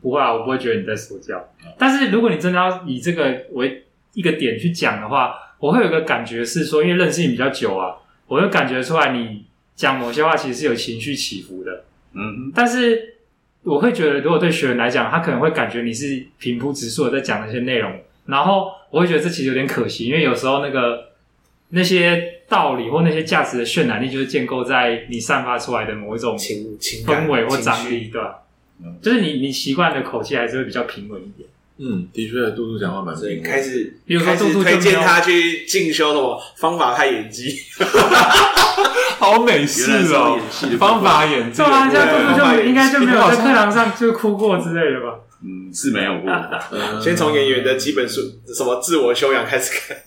S2: 不会啊，我不会觉得你在说教。但是如果你真的要以这个为一个点去讲的话，我会有一个感觉是说，因为认识你比较久啊，我会感觉出来你讲某些话其实是有情绪起伏的。
S1: 嗯
S2: 但是我会觉得，如果对学员来讲，他可能会感觉你是平铺直述的在讲那些内容，然后我会觉得这其实有点可惜，因为有时候那个那些道理或那些价值的渲染力，就是建构在你散发出来的某一种
S3: 情情感
S2: 氛围或
S3: 情
S2: 张
S3: 绪
S2: 力，对吧
S1: 嗯？
S2: 就是你你习惯的口气还是会比较平稳一点。
S4: 嗯，的确，杜杜讲话蛮
S3: 所以
S4: 平
S3: 开
S4: 稳。
S3: 始，
S2: 比如说
S3: 开始
S2: 杜杜就
S3: 推荐
S2: 没有
S3: 他去进修什么方法派演技，
S4: 好美式
S1: 原来是要
S4: 哦
S1: 演戏的，部分
S4: 方法演技
S2: 对啊，这样
S3: 对
S2: 杜杜就
S3: 慢
S2: 没
S3: 慢
S2: 应该就没有
S4: 好
S2: 在
S4: 像
S2: 课堂上就哭过之类的吧？
S1: 嗯，是没有过。
S4: 嗯
S3: 先从演员的基本素什么自我修养开始看。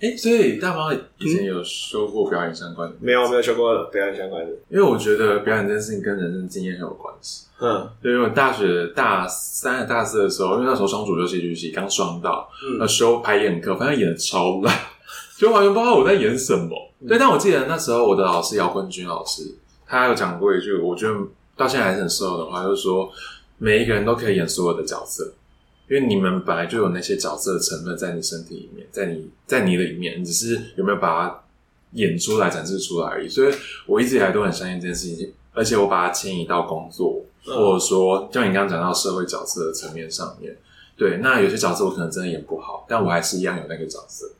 S4: 哎、所以大方以前有修过表演相关的，
S3: 没有没有修过表演相关的。
S4: 因为我觉得表演这件事情跟人生经验很有关系。
S3: 嗯
S4: 对，因为我大学大三、大四的时候，因为那时候双主修戏剧系刚双到，那
S3: 嗯，
S4: 修排演课，发现演的超烂， 就完全不知道我在演什么。对，但我记得那时候我的老师姚坤君老师，他有讲过一句，我觉得到现在还是很受用的话，就是说每一个人都可以演所有的角色，因为你们本来就有那些角色的成分在你身体里面，在你在你的里面，你只是有没有把它演出来、展示出来而已。所以我一直以来都很相信这件事情，而且我把它迁移到工作，
S3: 嗯
S4: 或者说像你刚刚讲到社会角色的层面上面。对，那有些角色我可能真的演不好，但我还是一样有那个角色。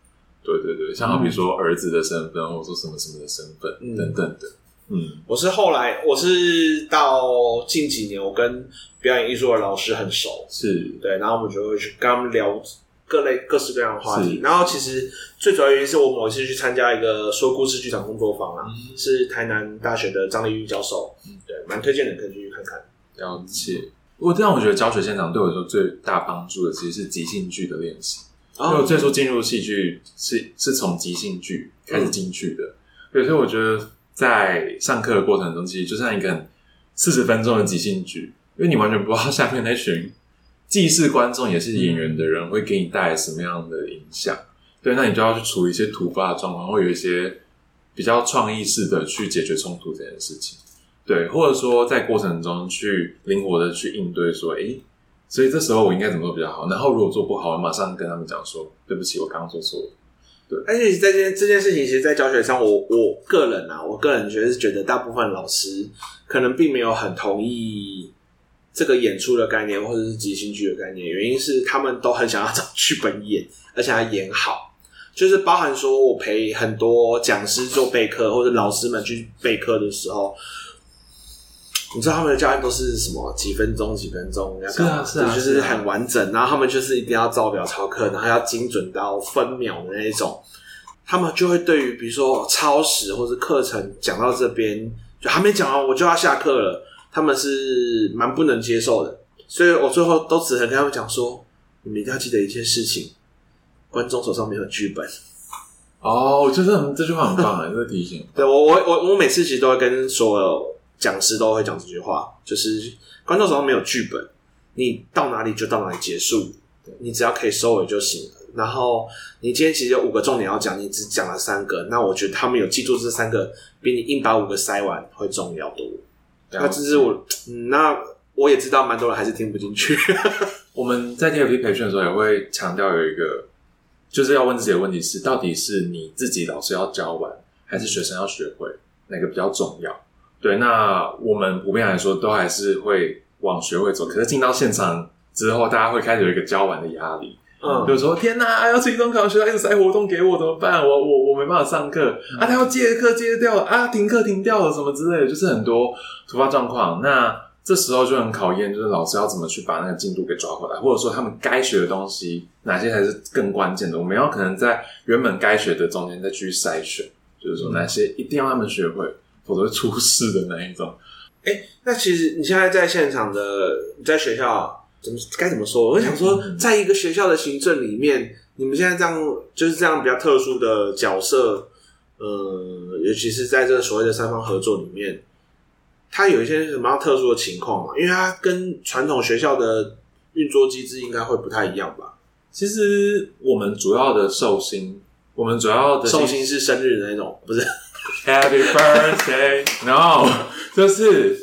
S4: 对对对，像好比说儿子的身份，或者说什么什么的身份、
S3: 嗯
S4: 等等的。嗯，
S3: 我是后来，我是到近几年，我跟表演艺术的老师很熟，
S4: 是
S3: 对，然后我们就会去跟他们聊各类各式各样的话题
S4: 是。
S3: 然后其实最主要原因是我某一次去参加一个说故事剧场工作坊啊，是台南大学的张丽玉教授，对，蛮推荐的，可以去看看。
S4: 了解。我这样，我觉得教学现场对我来说最大帮助的其实是即兴剧的练习。因
S3: 哦
S4: 为我最初进入戏剧是是从即兴剧开始进去的，对，所以我觉得在上课的过程中，其实就像一个四十分钟的即兴剧，因为你完全不知道下面那群既是观众也是演员的人会给你带来什么样的影响，对，那你就要去处理一些突发的状况，会有一些比较创意式的去解决冲突这件事情，对，或者说在过程中去灵活的去应对，说，诶，所以这时候我应该怎么做比较好？然后如果做不好，我马上跟他们讲说，对不起，我刚刚做错了。
S3: 而且在这件这件事情，其实，在教学上，我我个人啊，我个人觉得是觉得大部分老师可能并没有很同意这个演出的概念，或者是即兴剧的概念。原因是他们都很想要找剧本演，而且还演好，就是包含说我陪很多讲师做备课，或者老师们去备课的时候。你知道他们的教案都是什么？几分钟，几分钟，要干嘛？
S4: 是啊是啊
S3: 对就是是
S4: 啊
S3: 很完整。然后他们就是一定要照表抄课，然后要精准到分秒的那一种。他们就会对于比如说超时或者课程讲到这边，就还没讲完我就要下课了，他们是蛮不能接受的。所以我最后都只能跟他们讲说，你们一定要记得一件事情：观众手上没有剧本。
S4: 哦，我觉得很这句话很棒啊，这个提 醒。
S3: 对我我我我每次其实都会跟所有讲师都会讲这句话，就是观众手上没有剧本，你到哪里就到哪里结束，你只要可以收尾就行了。然后你今天其实有五个重点要讲，你只讲了三个，那我觉得他们有记住这三个，比你硬把五个塞完会重要多。啊那这是我，嗯那我也知道蛮多人还是听不进去。
S4: 我们在 TFT 培训的时候也会强调有一个，就是要问自己的问题是，到底是你自己老师要教完，还是学生要学会，哪个比较重要？对，那我们普遍来说都还是会往学会走，可是进到现场之后，大家会开始有一个教完的压力。
S3: 嗯，
S4: 就说天哪，要期中考，学校一直塞活动给我，怎么办？我我我没办法上课啊，他要借课借掉了啊，停课停掉了什么之类的，就是很多突发状况。那这时候就很考验，就是老师要怎么去把那个进度给抓回来，或者说他们该学的东西哪些才是更关键的，我们要可能在原本该学的中间再去筛选，就是说哪些一定要他们学会，否则会出事的那一种。
S3: 那其实你现在在现场的，你在学校啊怎么该怎么说？我就想
S4: 嗯
S3: 说，在一个学校的行政里面，你们现在这样就是这样比较特殊的角色，呃，尤其是在这个所谓的三方合作里面，它有一些什么样特殊的情况嘛？因为它跟传统学校的运作机制应该会不太一样吧？
S4: 其实我们主要的寿星，我们主要的
S3: 寿星是生日的那种， 不是？
S4: Happy birthday！No，就是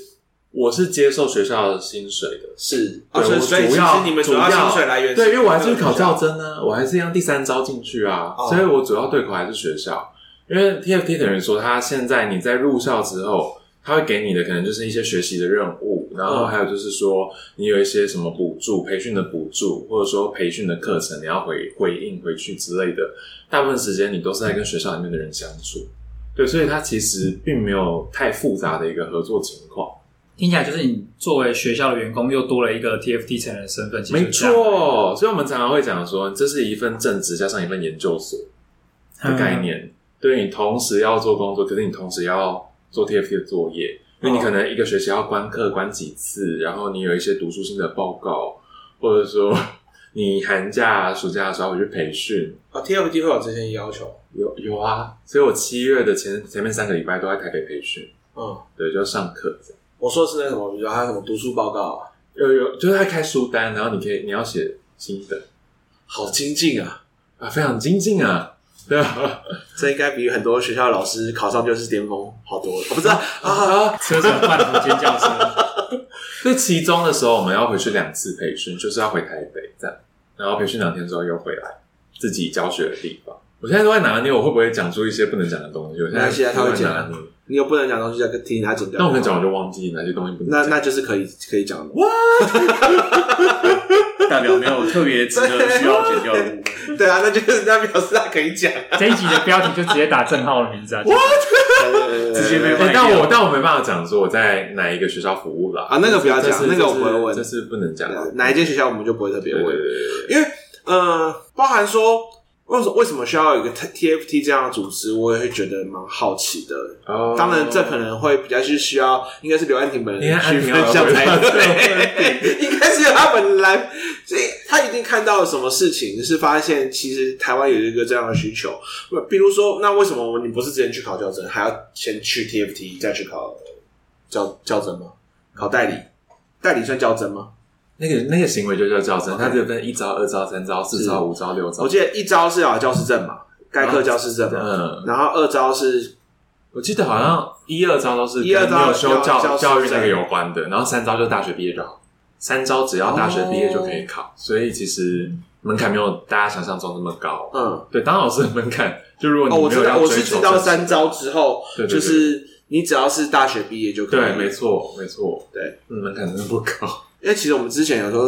S4: 我是接受学校的薪水的。
S3: 是，哦、
S4: 对
S3: 所以
S4: 我
S3: 所以其
S4: 主
S3: 实
S4: 要
S3: 你们主要
S4: 主要
S3: 薪水来源是
S4: 对，因为我还是
S3: 学校
S4: 考教真呢、我还是一样第三招进去啊，
S3: 啊哦
S4: 所以我主要对口还是学校。因为 TFT 等于说，他现在你在入校之后，他会给你的可能就是一些学习的任务，然后
S3: 嗯
S4: 还有就是说你有一些什么补助、培训的补助，或者说培训的课程，你要回回应回去之类的。大部分时间你都是在跟学校里面的人相处，对，所以它其实并没有太复杂的一个合作情况。
S2: 听起来就是你作为学校的员工，又多了一个 TFT 成人的身份。其实
S4: 没
S2: 就这样，
S4: 错，所以我们常常会讲说，这是一份正职加上一份研究所的概念。对你同时要做工作，可是你同时要做 TFT 的作业，因为你可能一个学期要观课观几次，然后你有一些读书心得报告，或者说 你寒假、暑假的时候回去培训。
S3: 哦，TFT 会有这些要求，
S4: 有有啊，所以我七月的前前面三个礼拜都在台北培训，
S3: 嗯。
S4: 对，就上课这样。
S3: 我说的是那什么，比如说还有什么读书报告、啊，
S4: 有有，就是他开书单，然后你可以你要写心得
S3: 好精进啊！
S4: 啊，非常精进啊，对啊。
S3: 这应该比很多学校的老
S4: 啊
S3: 师考上就是巅峰好多了。我不知道啊，
S2: 车手换头尖叫声，
S4: 所以其中的时候，我们要回去两次培训，就是要回台北这样，然后培训两天之后又回来自己教学的地方。我现在都在拿捏，我会不会讲出一些不能讲的东西？我现
S3: 没关系
S4: 在
S3: 啊他会
S4: 都在
S3: 讲
S4: 拿捏，
S3: 你又不能讲东西，就听他剪掉。
S4: 但我跟你讲，我就忘记哪些东西不能
S3: 那
S4: 讲。
S3: 那就是可以可以讲的。
S1: 代表没有特别值得需要剪掉的部分。
S3: 对啊，那就是那表示他可以 讲，
S2: 这一集的标题就直接打郑浩的名字啊，就
S1: 直接被
S4: 对
S1: 换掉
S4: 哎但我但我没办法讲说我在哪一个学校服务了
S3: 啊那个不要讲那个我不会问
S4: 这是不能讲的。
S3: 哪一间学校我们就不会特别
S4: 对对
S3: 问
S4: 对。对对
S3: 因为呃，包含说为什么为什么需要有一个 T F T 这样的组织，我也会觉得蛮好奇的。
S4: 哦
S3: 当然，这可能会比较是需要，应该是刘安婷本
S4: 你看
S3: 人去
S4: 安婷啊
S3: 分
S4: 要
S3: 享
S4: 回
S3: 才
S4: 答
S3: 对，应该是他本来，所以他一定看到了什么事情，是发现其实台湾有一个这样的需求。不比如说，那为什么你不是之前去考教证，还要先去 T F T 再去考教教证吗？考代理，代理算教证吗？
S4: 那个那个行为就叫叫声，它只有分一招、二招、三招、四招、五招、六招
S3: 我。记得一招是啊要教师证嘛，该课教师证嘛，
S4: 嗯，
S3: 然后二招是
S4: 我记得好像一二招都是
S3: 一二
S4: 跟
S3: 招
S4: 没有修
S3: 教
S4: 教
S3: 教
S4: 教
S3: 师
S4: 育
S3: 证
S4: 那个有关的，然后三招就是大学毕业就好，三招只要大学
S3: 哦
S4: 毕业就可以考，所以其实门槛没有大家想象中那么高。
S3: 嗯，
S4: 对，当老师的门槛，就如果
S3: 哦，
S4: 你
S3: 我
S4: 嗯没
S3: 知
S4: 有
S3: 道，
S4: 要
S3: 我
S4: 追
S3: 是
S4: 求
S3: 知道
S4: 正式
S3: 三招之后，
S4: 对对对
S3: 就是你只要是大学毕业就可以，
S4: 对，没错，没错，
S3: 对，
S4: 嗯，门槛真的不高。
S3: 因为其实我们之前有时候，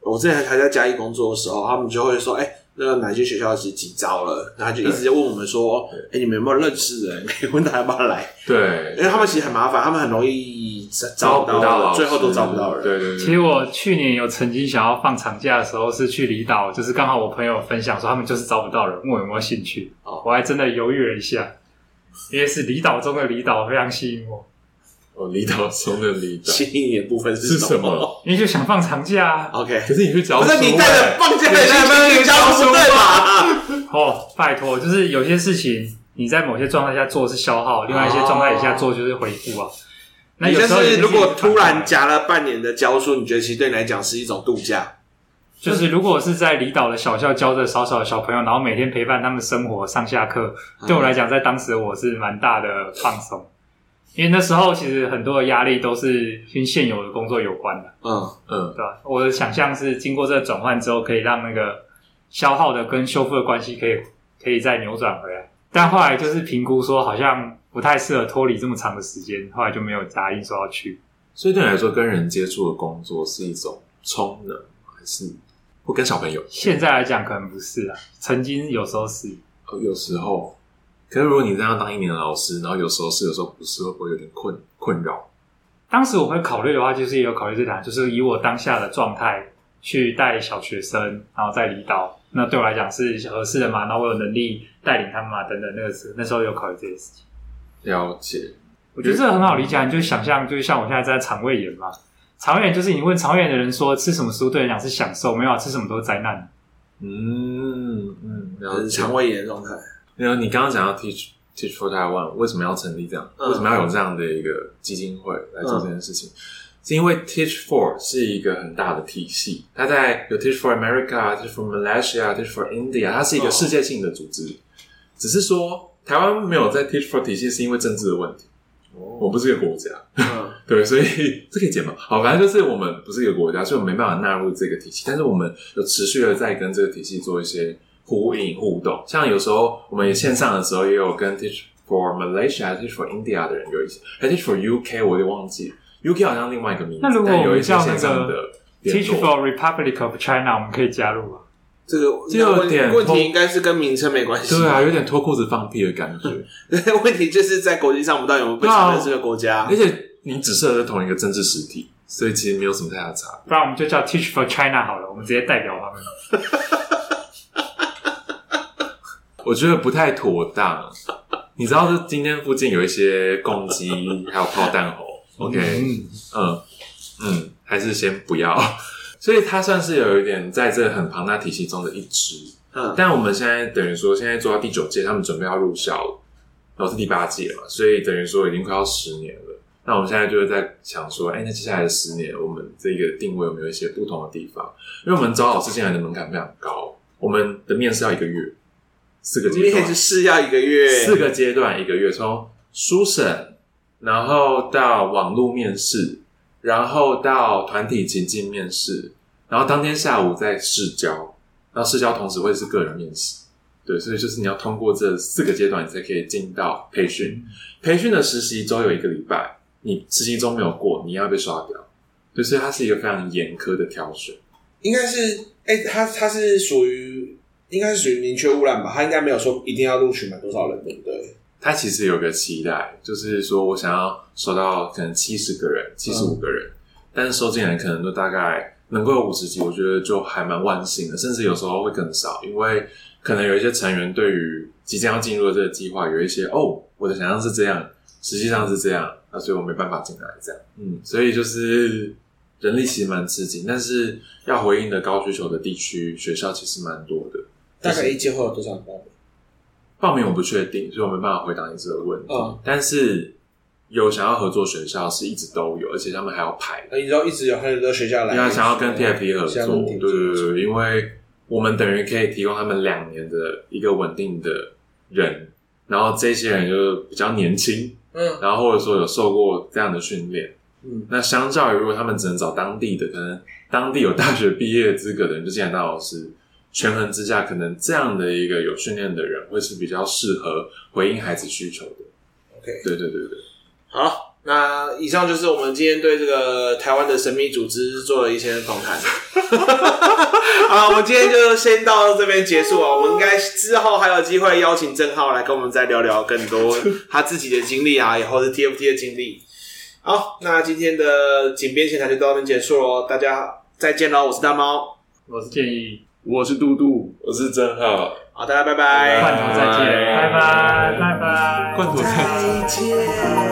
S3: 我之前还在嘉义工作的时候，他们就会说，哎、那个哪些学校是几招了？然后就一直在问我们说，哎、你们有没有认识的人？可以问他要不要来？
S4: 对，
S3: 因为他们其实很麻烦，他们很容易
S4: 招
S3: 不
S4: 到老师
S3: 最后都招不到人。
S4: 对对
S2: 其
S4: 对，
S2: 实我去年有曾经想要放长假的时候，是去离岛，就是刚好我朋友分享说他们就是招不到人，问我有没有兴趣，
S3: 哦
S2: 我还真的犹豫了一下，因为是离岛中的离岛非常吸引我，
S4: 哦，离岛中的离岛，
S3: 吸引你的部分是
S4: 是什么
S2: 因为就想放长假啊。
S3: ？OK，
S4: 可是你去教
S3: 不
S4: 书欸，
S3: 是你带着放假的心情去教书对吧？
S2: 哦，拜托，就是有些事情你在某些状态下做是消耗，另外一些状态下做就是回复啊。那
S3: 你
S2: 有
S3: 就
S2: 时候
S3: 是如果突然
S2: 讲，
S3: 夹了半年的教书，你觉得其实对你来讲是一种度假？
S2: 就是如果是在离岛的小校教着少少的小朋友，然后每天陪伴他们生活上下课，对我来讲，在当时我是蛮大的放松，因为那时候其实很多的压力都是跟现有的工作有关的。
S3: 嗯，
S4: 嗯，
S2: 对吧、我的想象是经过这个转换之后，可以让那个消耗的跟修复的关系可以可以再扭转回来。但后来就是评估说，好像不太适合脱离这么长的时间，后来就没有答应说要去。
S4: 所以对你来说，跟人接触的工作是一种充能，还是或跟小朋友？
S2: 现在来讲，可能不是啊，曾经有时候是，啊
S4: 哦有时候，可是如果你这样当一年的老师，然后有时候是，有时候不是，会不会有点困困扰？
S2: 当时我会考虑的话，就是也有考虑这点，就是以我当下的状态去带小学生，然后再离岛，那对我来讲是合适的嘛？那我有能力带领他们啊嘛？等等，那个时那时候有考虑这件事情。
S4: 了解，
S2: 我觉得这个很好理解，你就想象，就像我现在在肠胃炎嘛，肠胃炎就是你问肠胃炎的人说吃什么食物对你来讲是享受，没有啊吃什么都是灾难。
S4: 嗯嗯，了
S3: 很
S4: 解。
S3: 肠胃炎的状态。
S4: 然后你刚刚讲要 teach teach for Taiwan，为什么要成立这样？
S3: 嗯
S4: 为什么要有这样的一个基金会来做这件事情？是因为 Teach for 是一个很大的体系，它在有 Teach for America、Teach for Malaysia、Teach for India，它是一
S3: 哦
S4: 个世界性的组织。只是说台湾没有在 Teach for 体系，是因为政治的问题。我不是一个国家，
S3: 嗯，
S4: 对，所以 这可以解吗？好，反正就是我们不是一个国家，所以我们没办法纳入这个体系，但是我们有持续的在跟这个体系做一些呼应互动。像有时候我们线上的时候，也有跟 Teach for Malaysia、Teach for India 的人有一些，还 Teach for UK，我就忘记 UK 好像另外一个名字，
S2: 那如果
S4: 但
S2: 我
S4: 有
S2: 们
S4: 一些
S2: 叫
S4: 线
S2: 那
S4: 上
S2: 个
S4: 的联
S2: Teach
S4: 络
S2: for Republic of China，我们可以加入啊。
S3: 这个
S4: 这有
S3: 那问
S4: 点
S3: 问
S4: 通
S3: 题应该是跟名称没关系。
S4: 对啊，有点脱裤子放屁的 感觉，
S3: 问题就是在国际上，我们到底有没有被
S4: 啊
S3: 承认这个国家
S4: 而？且你只适合在同一个政治实体，所以其实没有什么太大的差别。
S2: 不然我们就叫 Teach for China 好了，我们直接代表他们。
S4: 我觉得不太妥当。你知道，就今天附近有一些攻击，还有炮弹吼。OK，
S2: 嗯，
S4: 嗯嗯，还是先不要。所以它算是有一点在这很庞大体系中的一支。
S3: 嗯，
S4: 但我们现在等于说，现在做到第九届，他们准备要入校了，然后是第八届嘛，所以等于说已经快要十年了。那我们现在就是在想说，哎、那接下来的十年，我们这个定位有没有一些不同的地方？因为我们招老师进来的门槛非常高，我们的面试要一个月，四个阶
S3: 面
S4: 段
S3: 试，试要一个月，
S4: 四个阶段一个月，从书审，然后到网络面试，然后到团体情境面试，然后当天下午再试教，然后试教同时会是个人面试。对，所以就是你要通过这四个阶段，你才可以进到培训。培训的实习周有一个礼拜，你实习周没有过，你要被刷掉。对，所以它是一个非常严苛的挑选。
S3: 应该是，哎、他他是属于，应该是属于明确污染吧？他应该没有说一定要录取满多少人，对不对？
S4: 他其实有个期待，就是说我想要收到可能七十个人、七十五个人，但是收进来可能都大概能够有五十几，我觉得就还蛮万幸的，甚至有时候会更少，因为可能有一些成员对于即将要进入的这个计划有一些哦，我的想象是这样，实际上是这样，那所以我没办法进来这样，嗯，所以就是人力其实蛮吃紧，但是要回应的高需求的地区学校其实蛮多的。
S3: 大概一届会有多少人报名？
S4: 报名我不确定，所以我没办法回答你这个问题。
S3: 嗯
S4: 但是有想要合作学校是一直都有，而且他们还要排，
S3: 呃那你知道一直有很多学校来，
S4: 因为啊想要跟 TFP 合
S3: 啊想
S4: 作
S3: 要跟。
S4: 对
S3: TFP
S4: 对对，对因为我们等于可以提供他们两年的一个稳定的人，然后这些人就是比较年轻，
S3: 嗯
S4: 然后或者说有受过这样的训练。
S3: 嗯，
S4: 那相较于如果他们只能找当地的，可能当地有大学毕业资格的人就进来当老师，权衡之下，可能这样的一个有训练的人会是比较适合回应孩子需求的。
S3: OK
S4: 对对对对，
S3: 好，那以上就是我们今天对这个台湾的神秘组织做了一些访谈。 好，我们今天就先到这边结束啊。我们应该之后还有机会邀请郑浩来跟我们再聊聊更多他自己的经历啊，以后是 TFT 的经历。好，那今天的井边闲谈就到这边结束喽，大家再见喽，我是大猫，
S2: 我是建议
S1: 我是嘟嘟，
S4: 我是郑浩，
S3: 好，大家拜
S4: 拜
S2: 罐头再见，拜拜，拜拜，
S4: 罐头再
S2: 拜
S4: 见
S5: 再
S2: 拜
S5: 见。